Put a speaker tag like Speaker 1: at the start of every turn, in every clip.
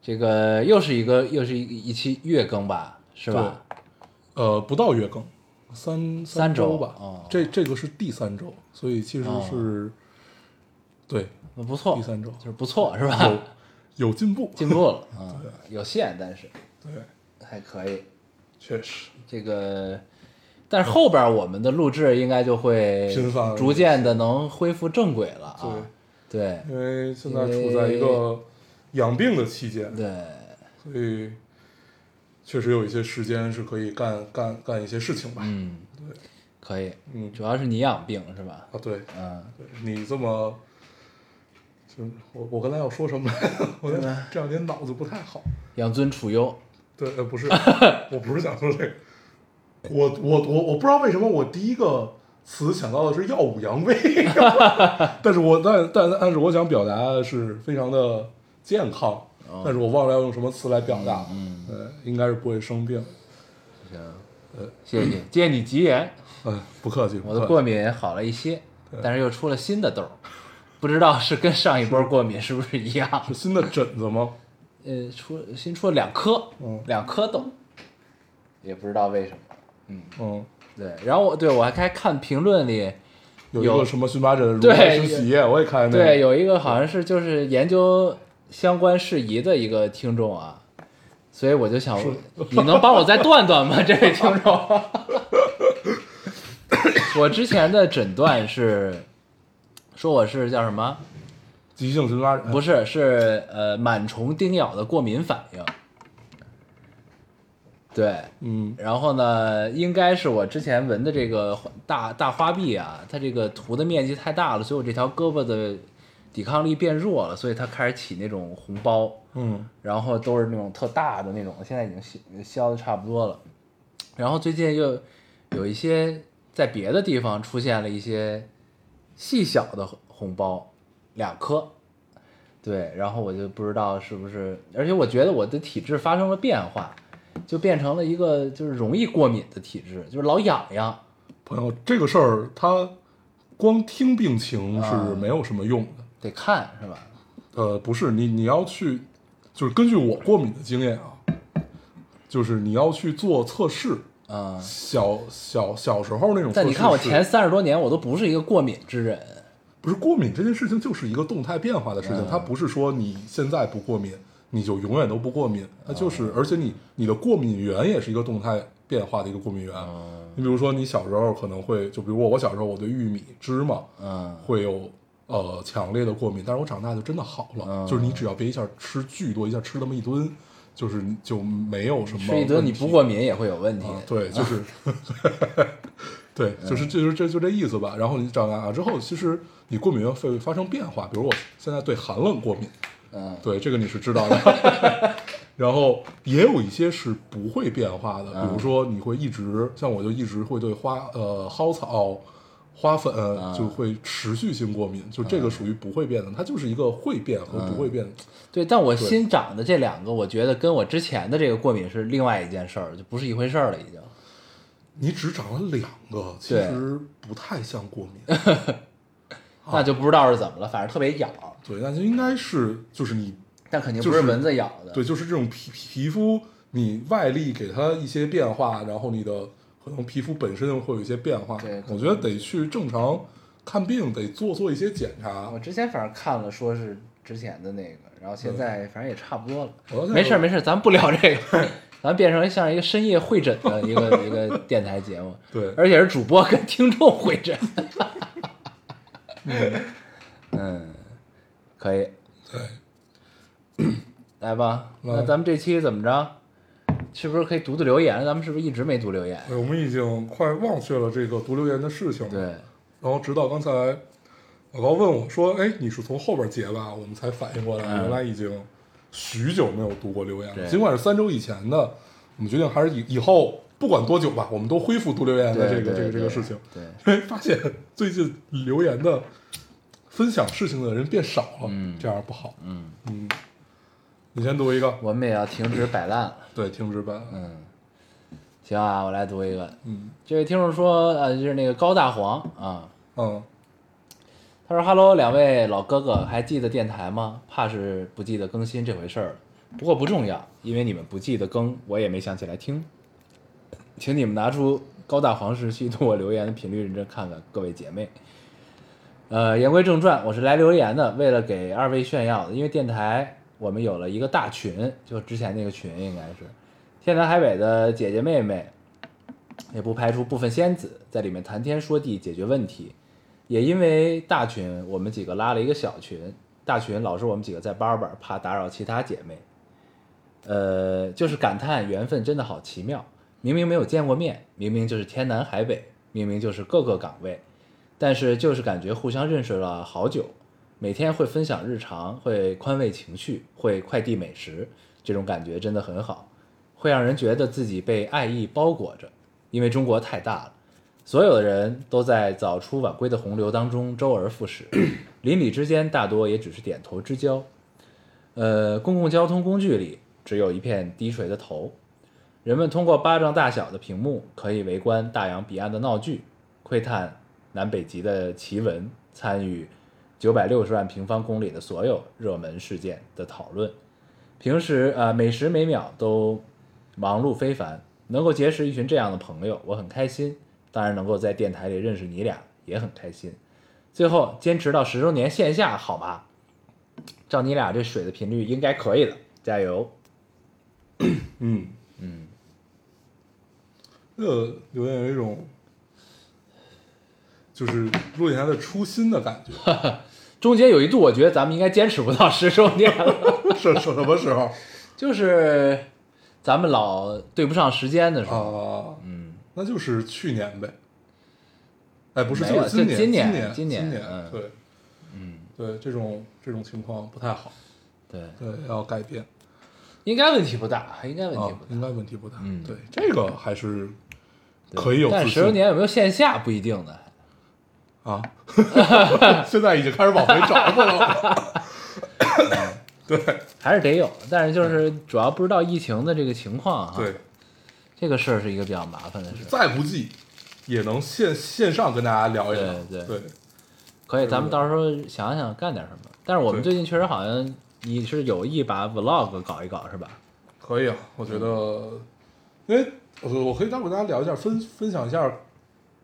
Speaker 1: 这个又是一个又是一一期月更吧，是吧？
Speaker 2: 呃，不到月更，三
Speaker 1: 三周
Speaker 2: 吧。
Speaker 1: 哦
Speaker 2: 这这个是第三周，所以其实
Speaker 1: 哦
Speaker 2: 是、对
Speaker 1: 不错，
Speaker 2: 第三周
Speaker 1: 就是不错，是吧？
Speaker 2: 有有进步。
Speaker 1: 进步了，嗯，有限，但是
Speaker 2: 对，
Speaker 1: 还可以。
Speaker 2: 确实
Speaker 1: 这个，但是后边我们的录制应该就会
Speaker 2: 频繁了
Speaker 1: 逐渐的能恢复正轨了啊。对
Speaker 2: 因为现在处在一个养病的期间，
Speaker 1: 对
Speaker 2: 所以确实有一些时间是可以干干干一些事情吧。
Speaker 1: 嗯，可以。
Speaker 2: 嗯
Speaker 1: 主要是你养病是吧？
Speaker 2: 啊，对，
Speaker 1: 嗯，
Speaker 2: 对你这么。就是我，我刚才要说什么来着？ 我
Speaker 1: 啊
Speaker 2: 这两天脑子不太好。
Speaker 1: 养尊处优。
Speaker 2: 对，呃，不是，我不是想说这个，我我我我不知道为什么我第一个词想到的是耀武扬威， 但是我但但但是我想表达的是非常的健康，
Speaker 1: 哦
Speaker 2: 但是我忘了要用什么词来表达，嗯，呃，应该是不会生病，
Speaker 1: 行，谢谢你，借你吉言，
Speaker 2: 呃，不客气，不
Speaker 1: 我的
Speaker 2: 客气
Speaker 1: 过敏也好了一些，但是又出了新的痘儿，不知道是跟上一波过敏是不是一样？
Speaker 2: 是新的疹子吗？
Speaker 1: 呃，出新出了两颗，
Speaker 2: 嗯
Speaker 1: 两颗痘，也不知道为什么。
Speaker 2: 嗯，
Speaker 1: 对，然后我对我还还看评论里，
Speaker 2: 有一
Speaker 1: 有
Speaker 2: 个什么荨麻疹，如
Speaker 1: 对
Speaker 2: 何生喜液，我也看见那
Speaker 1: 对，
Speaker 2: 个，
Speaker 1: 有一个好像是就是研究相关事宜的一个听众啊，所以我就想，你能帮我再断断吗？这位听众，我之前的诊断是说我是叫什么？
Speaker 2: 急性荨麻疹，
Speaker 1: 不是，是呃螨虫叮咬的过敏反应。对，
Speaker 2: 嗯，
Speaker 1: 然后呢，应该是我之前纹的这个花大大花臂啊，它这个涂的面积太大了，所以我这条胳膊的抵抗力变弱了，所以它开始起那种红包，
Speaker 2: 嗯，
Speaker 1: 然后都是那种特大的那种，现在已经消消的差不多了。然后最近又有一些在别的地方出现了一些细小的红包，两颗，对，然后我就不知道是不是，而且我觉得我的体质发生了变化，就变成了一个就是容易过敏的体质，就是老痒痒。
Speaker 2: 朋友，这个事儿它光听病情
Speaker 1: 啊
Speaker 2: 是没有什么用的。
Speaker 1: 得看是吧？
Speaker 2: 呃，不是，你你要去，就是根据我过敏的经验啊，就是你要去做测试。
Speaker 1: 嗯，
Speaker 2: 小小小时候那种测
Speaker 1: 但
Speaker 2: 试是，
Speaker 1: 你看我前三十多年，我都不是一个过敏之人。
Speaker 2: 不是过敏这件事情，就是一个动态变化的事情，
Speaker 1: 嗯
Speaker 2: 它不是说你现在不过敏，你就永远都不过敏，它
Speaker 1: 哦
Speaker 2: 就是，而且你你的过敏源也是一个动态变化的一个过敏源。
Speaker 1: 哦
Speaker 2: 你比如说，你小时候可能会，就比如我，我小时候我对玉米、芝麻，
Speaker 1: 嗯
Speaker 2: 会有呃强烈的过敏，但是我长大就真的好了，
Speaker 1: 嗯
Speaker 2: 就是你只要别一下吃巨多，一下吃那么一吨，就是你就没有什么
Speaker 1: 吃一顿你
Speaker 2: 问题
Speaker 1: 不过敏也会有问题。
Speaker 2: 啊，对，就是， 对，
Speaker 1: 嗯
Speaker 2: 就是就是这就这意思吧。然后你长大之后，其实你过敏源会发生变化，比如我现在对寒冷过敏，
Speaker 1: 嗯
Speaker 2: 对，这个你是知道的。 然后也有一些是不会变化的，
Speaker 1: 嗯
Speaker 2: 比如说你会一直像我就一直会对花呃蒿草、花粉
Speaker 1: 嗯
Speaker 2: 就会持续性过敏，就这个属于不会变的，它就是一个会变和不
Speaker 1: 嗯
Speaker 2: 会变的。
Speaker 1: 对，但我新长的这两个，我觉得跟我之前的这个过敏是另外一件事儿，就不是一回事儿了，已经。
Speaker 2: 啊你只长了两个，其
Speaker 1: 对
Speaker 2: 实不太像过敏。
Speaker 1: 那就不知道是怎么了，反正特别痒，
Speaker 2: 对，那就应该是就是你
Speaker 1: 但肯定
Speaker 2: 就
Speaker 1: 不是
Speaker 2: 是
Speaker 1: 蚊子咬的。
Speaker 2: 对，就是这种皮皮肤你外力给它一些变化，然后你的可能皮肤本身会有一些变化。
Speaker 1: 对可能
Speaker 2: 我觉得得去正常看病，得做做一些检查
Speaker 1: 啊我。之前反正看了，说是之前的那个，然后现在反正也差不多了。
Speaker 2: 嗯我到现在
Speaker 1: 没事儿没事儿，咱不聊这个， 咱变成像一个深夜会诊的一 个一个电台节目，
Speaker 2: 对
Speaker 1: 而且是主播跟听众会诊。 嗯，可以，
Speaker 2: 对，
Speaker 1: 来吧，那
Speaker 2: 来
Speaker 1: 咱们这期怎么着？是不是可以读读留言？咱们是不是一直没读留言？
Speaker 2: 我们已经快忘却了这个读留言的事情。，
Speaker 1: 对，
Speaker 2: 然后直到刚才老高问我说：“哎，你是从后边截吧？”我们才反应过来，
Speaker 1: 嗯
Speaker 2: 原来已经许久没有读过留言
Speaker 1: 对
Speaker 2: 了。尽管是三周以前的，我们决定还是以以后不管多久吧，我们都恢复读留言的这
Speaker 1: 对
Speaker 2: 个这
Speaker 1: 对
Speaker 2: 个这
Speaker 1: 对
Speaker 2: 个事情。
Speaker 1: 对，
Speaker 2: 因为 发现最近留言的分享事情的人变少了，
Speaker 1: 嗯
Speaker 2: 这样不好。
Speaker 1: 嗯，
Speaker 2: 嗯，你先读一个，
Speaker 1: 我们也要停止摆烂了。
Speaker 2: 对，停止版。
Speaker 1: 嗯，行啊，我来读一个。
Speaker 2: 嗯
Speaker 1: 这位听众说，呃，就是那个高大黄啊，
Speaker 2: 嗯，
Speaker 1: 他说：“Hello，两位老哥哥，还记得电台吗？怕是不记得更新这回事儿了。不过不重要，因为你们不记得更，我也没想起来听。请你们拿出高大黄时期对我留言的频率，认真看看，各位姐妹。呃，言归正传，我是来留言的，为了给二位炫耀的，因为电台我们有了一个大群，就之前那个群应该是天南海北的姐姐妹妹，也不排除部分仙子在里面谈天说地，解决问题。”也因为大群，我们几个拉了一个小群，大群老是我们几个在叭叭，怕打扰其他姐妹。呃，就是感叹缘分真的好奇妙，明明没有见过面，明明就是天南海北，明明就是各个岗位，但是就是感觉互相认识了好久。每天会分享日常，会宽慰情绪，会快递美食，这种感觉真的很好，会让人觉得自己被爱意包裹着，因为中国太大了。所有的人都在早出晚归的洪流当中周而复始，邻里之间大多也只是点头之交。呃，公共交通工具里只有一片低垂的头。人们通过巴掌大小的屏幕，可以围观大洋彼岸的闹剧，窥探南北极的奇闻，参与九百六十万平方公里的所有热门事件的讨论。平时呃每时每秒都忙碌非凡，能够结识一群这样的朋友，我很开心。当然能够在电台里认识你俩也很开心。最后坚持到十周年线下好吗？照你俩这水的频率应该可以的，加油！
Speaker 2: 嗯嗯，个留言有一种就是录电台的初心的感觉。
Speaker 1: 中间有一度我觉得咱们应该坚持不到十周年了，
Speaker 2: 是是什么时候
Speaker 1: 就是咱们老对不上时间的时候，
Speaker 2: 啊？
Speaker 1: 嗯，
Speaker 2: 那就是去年呗。哎，不是，
Speaker 1: 没有
Speaker 2: 是今
Speaker 1: 就
Speaker 2: 今
Speaker 1: 今年
Speaker 2: 年，今
Speaker 1: 今年
Speaker 2: 年，
Speaker 1: 嗯
Speaker 2: 对，嗯，对，这种这种情况不太好，
Speaker 1: 对，
Speaker 2: 对，要改变。
Speaker 1: 应该问题不大，应该问
Speaker 2: 啊
Speaker 1: 题不，大。
Speaker 2: 应该问题不大。
Speaker 1: 嗯
Speaker 2: 对，这个还是
Speaker 1: 对
Speaker 2: 可以有自
Speaker 1: 但
Speaker 2: 信
Speaker 1: 十周年有没有线下不一定呢。
Speaker 2: 啊， 现在已经开始往回找 去了。对
Speaker 1: 还是得有，但是就是主要不知道疫情的这个情况哈，
Speaker 2: 对，
Speaker 1: 这个事儿是一个比较麻烦的事儿。
Speaker 2: 再不济也能线线上跟大家聊一聊。
Speaker 1: 对
Speaker 2: 对
Speaker 1: 对可以，咱们
Speaker 2: 对
Speaker 1: 到时候想想干点什么。但是我们
Speaker 2: 对
Speaker 1: 最近确实好像你是有意把 vlog 搞一搞是吧？
Speaker 2: 可以啊，我觉得，因为我我可以再跟大家聊一下，分分享一下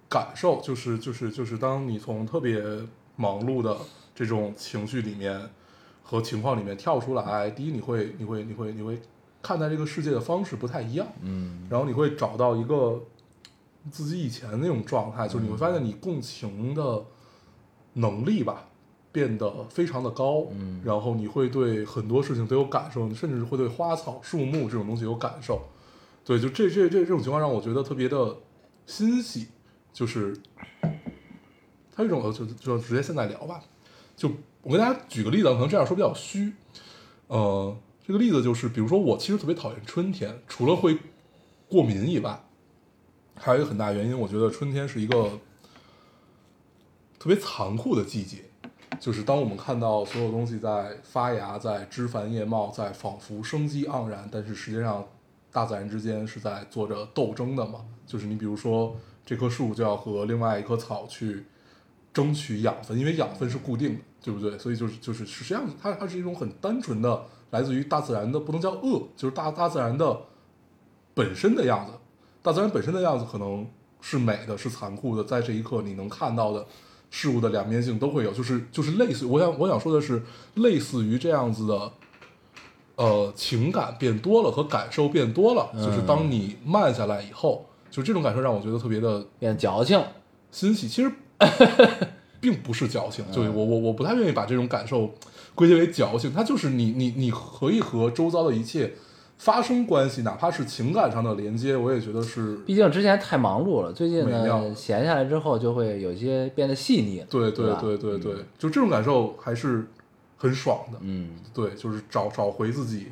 Speaker 2: 感受，就是就是就是，当你从特别忙碌的这种情绪里面和情况里面跳出来，第一，你会你会你会你会看待这个世界的方式不太一样，
Speaker 1: 嗯，
Speaker 2: 然后你会找到一个自己以前那种状态，就是你会发现你共情的能力吧。变得非常的高，
Speaker 1: 嗯
Speaker 2: 然后你会对很多事情都有感受，你甚至会对花草树木这种东西有感受，对，就这这这这种情况让我觉得特别的欣喜，就是它有一种呃就就直接现在聊吧，就我跟大家举个例子，啊可能这样说比较虚，呃，这个例子就是，比如说我其实特别讨厌春天，除了会过敏以外，还有一个很大原因，我觉得春天是一个特别残酷的季节，就是当我们看到所有东西在发芽、在枝繁叶茂、在仿佛生机盎然，但是实际上大自然之间是在做着斗争的嘛。就是你比如说这棵树就要和另外一棵草去争取养分，因为养分是固定的，对不对？所以就是就是实际上它它是一种很单纯的来自于大自然的，不能叫恶，就是大大自然的本身的样子。大自然本身的样子可能是美的，是残酷的，在这一刻你能看到的事物的两面性都会有，就是就是类似，我想我想说的是，类似于这样子的，呃，情感变多了和感受变多了，就是当你慢下来以后，就这种感受让我觉得特别的
Speaker 1: 变矫情，
Speaker 2: 欣喜，其实并不是矫情，就是我我我不太愿意把这种感受归结为矫情，它就是你你你可以和周遭的一切发生关系，哪怕是情感上的连接，我也觉得是
Speaker 1: 毕竟之前太忙碌了，最近
Speaker 2: 美妙
Speaker 1: 呢闲下来之后就会有些变得细腻了。
Speaker 2: 对
Speaker 1: 对
Speaker 2: 对
Speaker 1: 吧
Speaker 2: 对对对，就这种感受还是很爽的，
Speaker 1: 嗯，
Speaker 2: 对，就是找找回自己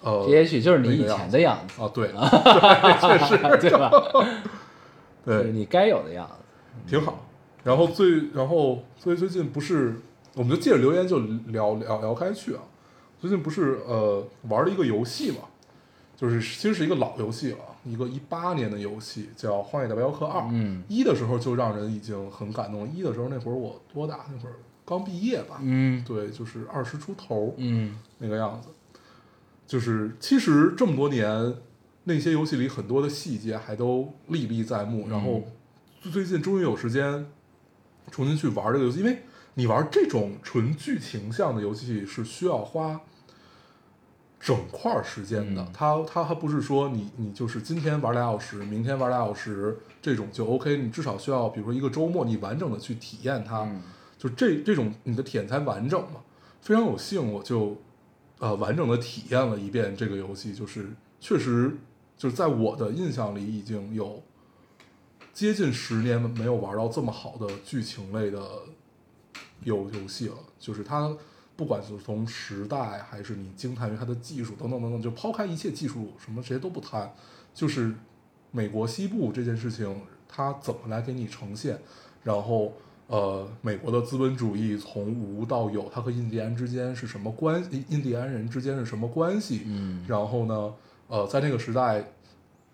Speaker 2: 呃，
Speaker 1: 这也许就是你
Speaker 2: 那
Speaker 1: 以
Speaker 2: 个样
Speaker 1: 前的样子，
Speaker 2: 啊，对，对 确实，
Speaker 1: 对吧？就是
Speaker 2: 对，
Speaker 1: 你该有的样子。
Speaker 2: 挺好。然后最，然后所以最近不是，我们就借着留言就聊聊聊开去啊。最近不是呃玩了一个游戏嘛，就是其实是一个老游戏了，一个一八年的游戏叫《荒野大镖客二》。
Speaker 1: 嗯
Speaker 2: 一的时候就让人已经很感动了。一的时候那会儿我多大？那会儿刚毕业吧？
Speaker 1: 嗯
Speaker 2: 对，就是二十出头
Speaker 1: 嗯
Speaker 2: 那个样子。就是其实这么多年，那些游戏里很多的细节还都历历在目。然
Speaker 1: 嗯
Speaker 2: 后最近终于有时间重新去玩这个游戏，因为你玩这种纯剧情向的游戏是需要花整块儿时间的。
Speaker 1: 嗯
Speaker 2: 它它还不是说你你就是今天玩俩小时，明天玩俩小时这种就 OK。你至少需要比如说一个周末，你完整的去体验它，
Speaker 1: 嗯
Speaker 2: 就这这种你的体验才完整嘛。非常有幸，我就呃完整的体验了一遍这个游戏，就是确实就是在我的印象里已经有接近十年没有玩到这么好的剧情类的游游戏了，就是它不管是从时代还是你惊叹于它的技术等等等等，就抛开一切技术什么谁都不谈，就是美国西部这件事情，它怎么来给你呈现，然后呃，美国的资本主义从无到有，它和印第安之间是什么关系？印第安人之间是什么关系？
Speaker 1: 嗯
Speaker 2: 然后呢，呃，在那个时代，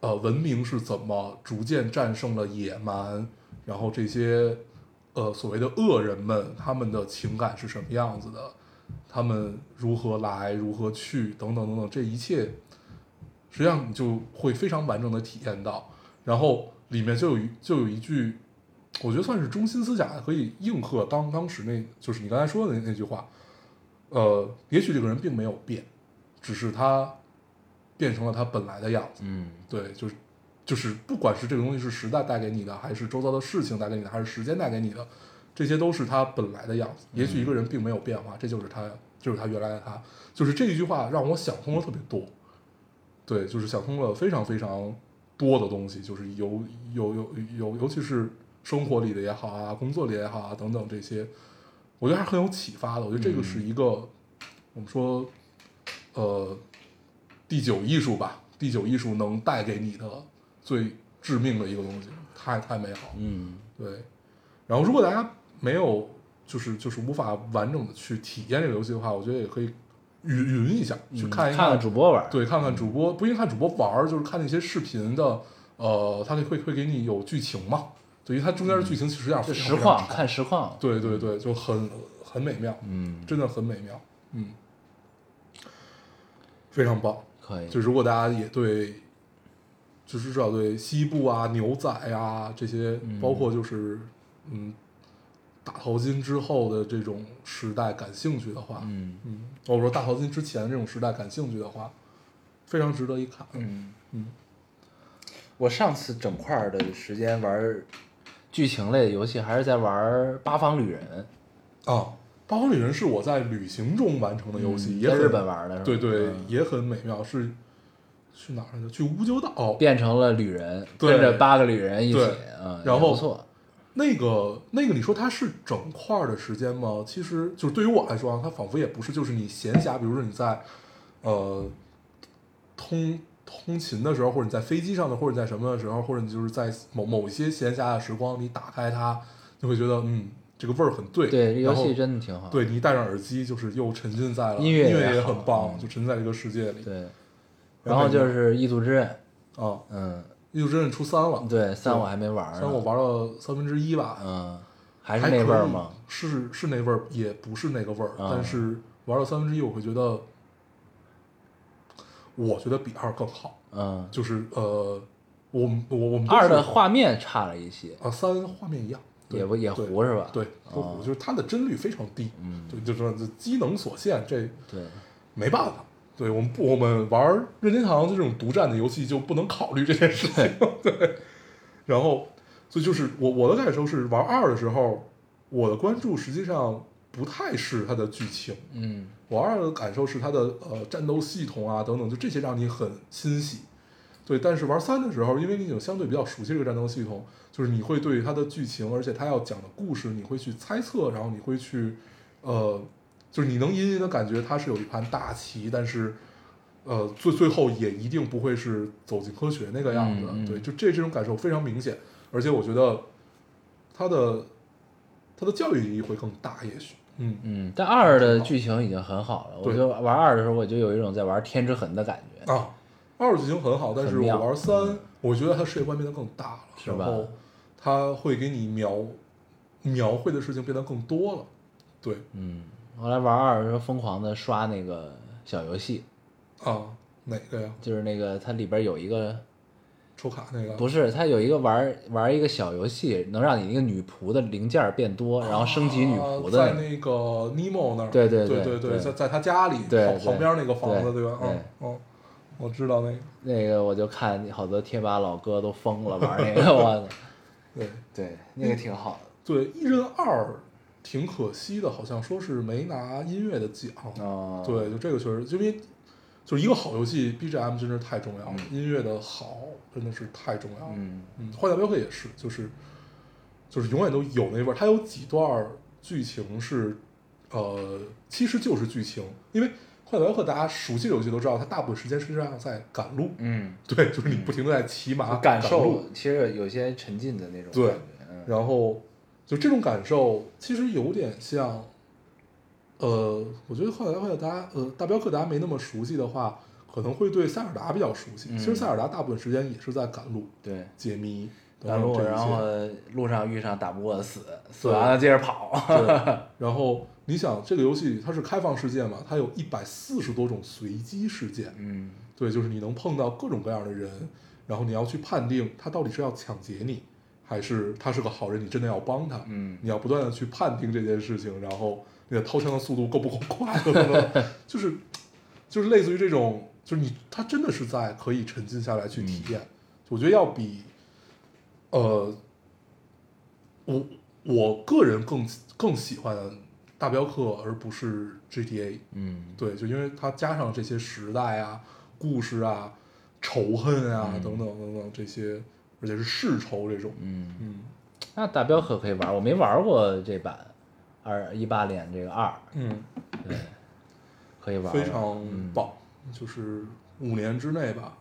Speaker 2: 呃，文明是怎么逐渐战胜了野蛮，然后这些呃所谓的恶人们，他们的情感是什么样子的，他们如何来，如何去，等等等等，这一切，实际上你就会非常完整的体验到。然后里面就有一就有一句，我觉得算是中心思想，可以应和当当时那就是你刚才说的那那句话，呃，也许这个人并没有变，只是他变成了他本来的样子。
Speaker 1: 嗯
Speaker 2: 对，就是就是，不管是这个东西是时代带给你的，还是周遭的事情带给你的，还是时间带给你的，这些都是他本来的样子。也许一个人并没有变化，这就是他，这就是他原来的他。就是这一句话让我想通了特别多。对，就是想通了非常非常多的东西，就是尤尤尤尤尤其是生活里的也好啊，工作里也好啊等等这些，我觉得还是很有启发的。我觉得这个是一个、我们说呃第九艺术吧，第九艺术能带给你的最致命的一个东西，太太美好了。
Speaker 1: 嗯
Speaker 2: 对，然后如果大家没有就是就是无法完整的去体验这个游戏的话，我觉得也可以云云一下，去
Speaker 1: 嗯
Speaker 2: 看一
Speaker 1: 看主播玩儿，
Speaker 2: 对，看看主播，不一定看主播玩儿，就是看那些视频的，呃，他会会给你有剧情嘛，对，因为它中间的剧情其实有点
Speaker 1: 这
Speaker 2: 非
Speaker 1: 嗯
Speaker 2: 常
Speaker 1: 实
Speaker 2: 非常
Speaker 1: 况
Speaker 2: 长
Speaker 1: 看实况，
Speaker 2: 对对对，就很很美妙，
Speaker 1: 嗯，
Speaker 2: 真的很美妙，嗯，非常棒。
Speaker 1: 可以
Speaker 2: 就，如果大家也对，就是至少对西部啊、牛仔啊这些，包括就是嗯，大淘金之后的这种时代感兴趣的话，
Speaker 1: 嗯
Speaker 2: 嗯，或者说大淘金之前这种时代感兴趣的话，非常值得一看。
Speaker 1: 嗯
Speaker 2: 嗯，
Speaker 1: 我上次整块儿的时间玩儿剧情类的游戏，还是在玩儿《八方旅人
Speaker 2: 啊，《八方旅人》是我在旅行中完成的》游戏，
Speaker 1: 嗯
Speaker 2: 也
Speaker 1: 在
Speaker 2: 很
Speaker 1: 日本玩儿的，
Speaker 2: 对对，
Speaker 1: 嗯
Speaker 2: 也很美妙。是去哪儿来着？去五九岛，
Speaker 1: 变成了旅人，
Speaker 2: 对
Speaker 1: 跟着八个旅人一起
Speaker 2: 对，
Speaker 1: 嗯，
Speaker 2: 然
Speaker 1: 也
Speaker 2: 后
Speaker 1: 不错，
Speaker 2: 那个那个，你说它是整块儿的时间吗？其实就是对于我来说啊，它仿佛也不是，就是你闲暇，比如说你在呃通通勤的时候，或者你在飞机上的，或者你在什么的时候，或者你就是在某某一些闲暇的时光，你打开它，你会觉得嗯，这个味儿很对。
Speaker 1: 对，这游
Speaker 2: 然后
Speaker 1: 戏真的挺好，
Speaker 2: 对你一戴上耳机，就是又沉浸在了
Speaker 1: 音乐也
Speaker 2: 也
Speaker 1: 好
Speaker 2: 很棒，
Speaker 1: 嗯
Speaker 2: 就沉浸在这个世界里
Speaker 1: 对然后就是《异度之刃》，
Speaker 2: 啊。
Speaker 1: 嗯，
Speaker 2: 异度之刃出三了，
Speaker 1: 对，三我还没玩儿呢，
Speaker 2: 虽然我玩了三分之一吧，
Speaker 1: 嗯，还是
Speaker 2: 还
Speaker 1: 那味
Speaker 2: 可
Speaker 1: 儿
Speaker 2: 以
Speaker 1: 吗？？
Speaker 2: 是是那味儿，也不是那个味儿，
Speaker 1: 啊
Speaker 2: 但是玩到三分之一，我会觉得，我觉得比二更好。
Speaker 1: 嗯，
Speaker 2: 就是呃，我们我我们都是
Speaker 1: 二的画面差了一些，
Speaker 2: 啊三画面一样，对
Speaker 1: 也不也
Speaker 2: 对
Speaker 1: 糊是吧？哦嗯
Speaker 2: 对，都糊就是它的帧率非常低，对，就是说这机能所限，这
Speaker 1: 对，
Speaker 2: 没办法。对我们不，我们玩任天堂这种独占的游戏就不能考虑这件事情。 对，然后所以就是我我的感受是，玩二的时候，我的关注实际上不太是它的剧情，
Speaker 1: 嗯
Speaker 2: 我二的感受是它的呃战斗系统啊等等，就这些让你很欣喜。对，但是玩三的时候，因为你已经相对比较熟悉这个战斗系统，就是你会对它的剧情，而且它要讲的故事，你会去猜测，然后你会去，呃，就是你能隐隐的感觉它是有一盘大棋，但是呃，最最后也一定不会是走进科学那个样子。
Speaker 1: 嗯嗯
Speaker 2: 对，就这这种感受非常明显，而且我觉得它的它的教育意义会更大，也许。嗯，
Speaker 1: 嗯，但二的剧情已经很好了，我
Speaker 2: 对
Speaker 1: 就玩二的时候，我就有一种在玩天之痕的感觉。
Speaker 2: 啊，二已经很好，但是
Speaker 1: 很
Speaker 2: 我
Speaker 1: 妙嗯
Speaker 2: 玩三，我觉得它世界观变得更大了，
Speaker 1: 是
Speaker 2: 然
Speaker 1: 吧
Speaker 2: 后它会给你描描绘的事情变得更多了。对
Speaker 1: 嗯，后来玩二的时候疯狂的刷那个小游戏，嗯
Speaker 2: 啊，哪个呀？
Speaker 1: 就是那个它里边有一个
Speaker 2: 抽卡那个？
Speaker 1: 不是它有一个玩玩一个小游戏，能让你那个女仆的零件变多，然后升级女仆
Speaker 2: 啊在
Speaker 1: 的那个。
Speaker 2: 那个尼莫那儿，
Speaker 1: 对对
Speaker 2: 对
Speaker 1: 对
Speaker 2: 对
Speaker 1: 对
Speaker 2: 在在他家里，
Speaker 1: 对
Speaker 2: 旁
Speaker 1: 对
Speaker 2: 旁边那个房子，
Speaker 1: 对
Speaker 2: 吧？
Speaker 1: 对
Speaker 2: 嗯嗯，我知道那个，
Speaker 1: 那个我就看好多贴吧老哥都疯了 玩那个，我操
Speaker 2: 对
Speaker 1: 对那个挺好的。
Speaker 2: 对，《一人二》挺可惜的，好像说是没拿音乐的奖。
Speaker 1: 哦
Speaker 2: 对，就这个确实，就因为就是一个好游戏，BGM 真是太重要了，音乐的好真的是太重要了。
Speaker 1: 嗯
Speaker 2: 嗯，《荒野镖客》也是，就是就是永远都有那味儿。它有几段剧情是，呃，其实就是剧情，因为《荒野镖客》大家熟悉的游戏都知道，它大部分时间实际上在赶路，
Speaker 1: 嗯，
Speaker 2: 对，就是你不停的在骑马
Speaker 1: 就啊感
Speaker 2: 赶路
Speaker 1: 受其实有有些沉浸的那种
Speaker 2: 对
Speaker 1: 感觉。嗯
Speaker 2: 然后就这种感受，其实有点像，呃，我觉得后来后来大家呃大镖客大家没那么熟悉的话，可能会对塞尔达比较熟悉。
Speaker 1: 嗯
Speaker 2: 其实塞尔达大部分时间也是在赶路、
Speaker 1: 对，
Speaker 2: 解谜，
Speaker 1: 赶路，
Speaker 2: 这一些
Speaker 1: 然后路上遇上打不过的死，死
Speaker 2: 对
Speaker 1: 完了接着跑。
Speaker 2: 对，然后你想这个游戏它是开放世界嘛，它有一百四十多种随机事件，
Speaker 1: 嗯
Speaker 2: 对，就是你能碰到各种各样的人，然后你要去判定他到底是要抢劫你，还是他是个好人，你真的要帮他。
Speaker 1: 嗯
Speaker 2: 你要不断的去判定这件事情，然后你的掏枪的速度够不够快，等等等等就是就是类似于这种，就是你它真的是在可以沉浸下来去体验。我觉得要比呃，我我个人更更喜欢大镖客，而不是 GTA。
Speaker 1: 嗯
Speaker 2: 对，就因为它加上这些时代啊、故事啊、仇恨啊、
Speaker 1: 嗯
Speaker 2: 等等等等这些，而且是世仇这种，
Speaker 1: 嗯，
Speaker 2: 嗯
Speaker 1: 那大镖客可以玩，我没玩过这版二一八年这个二，
Speaker 2: 嗯。
Speaker 1: 可以玩玩。
Speaker 2: 非常
Speaker 1: 嗯
Speaker 2: 棒，就是五年之内吧。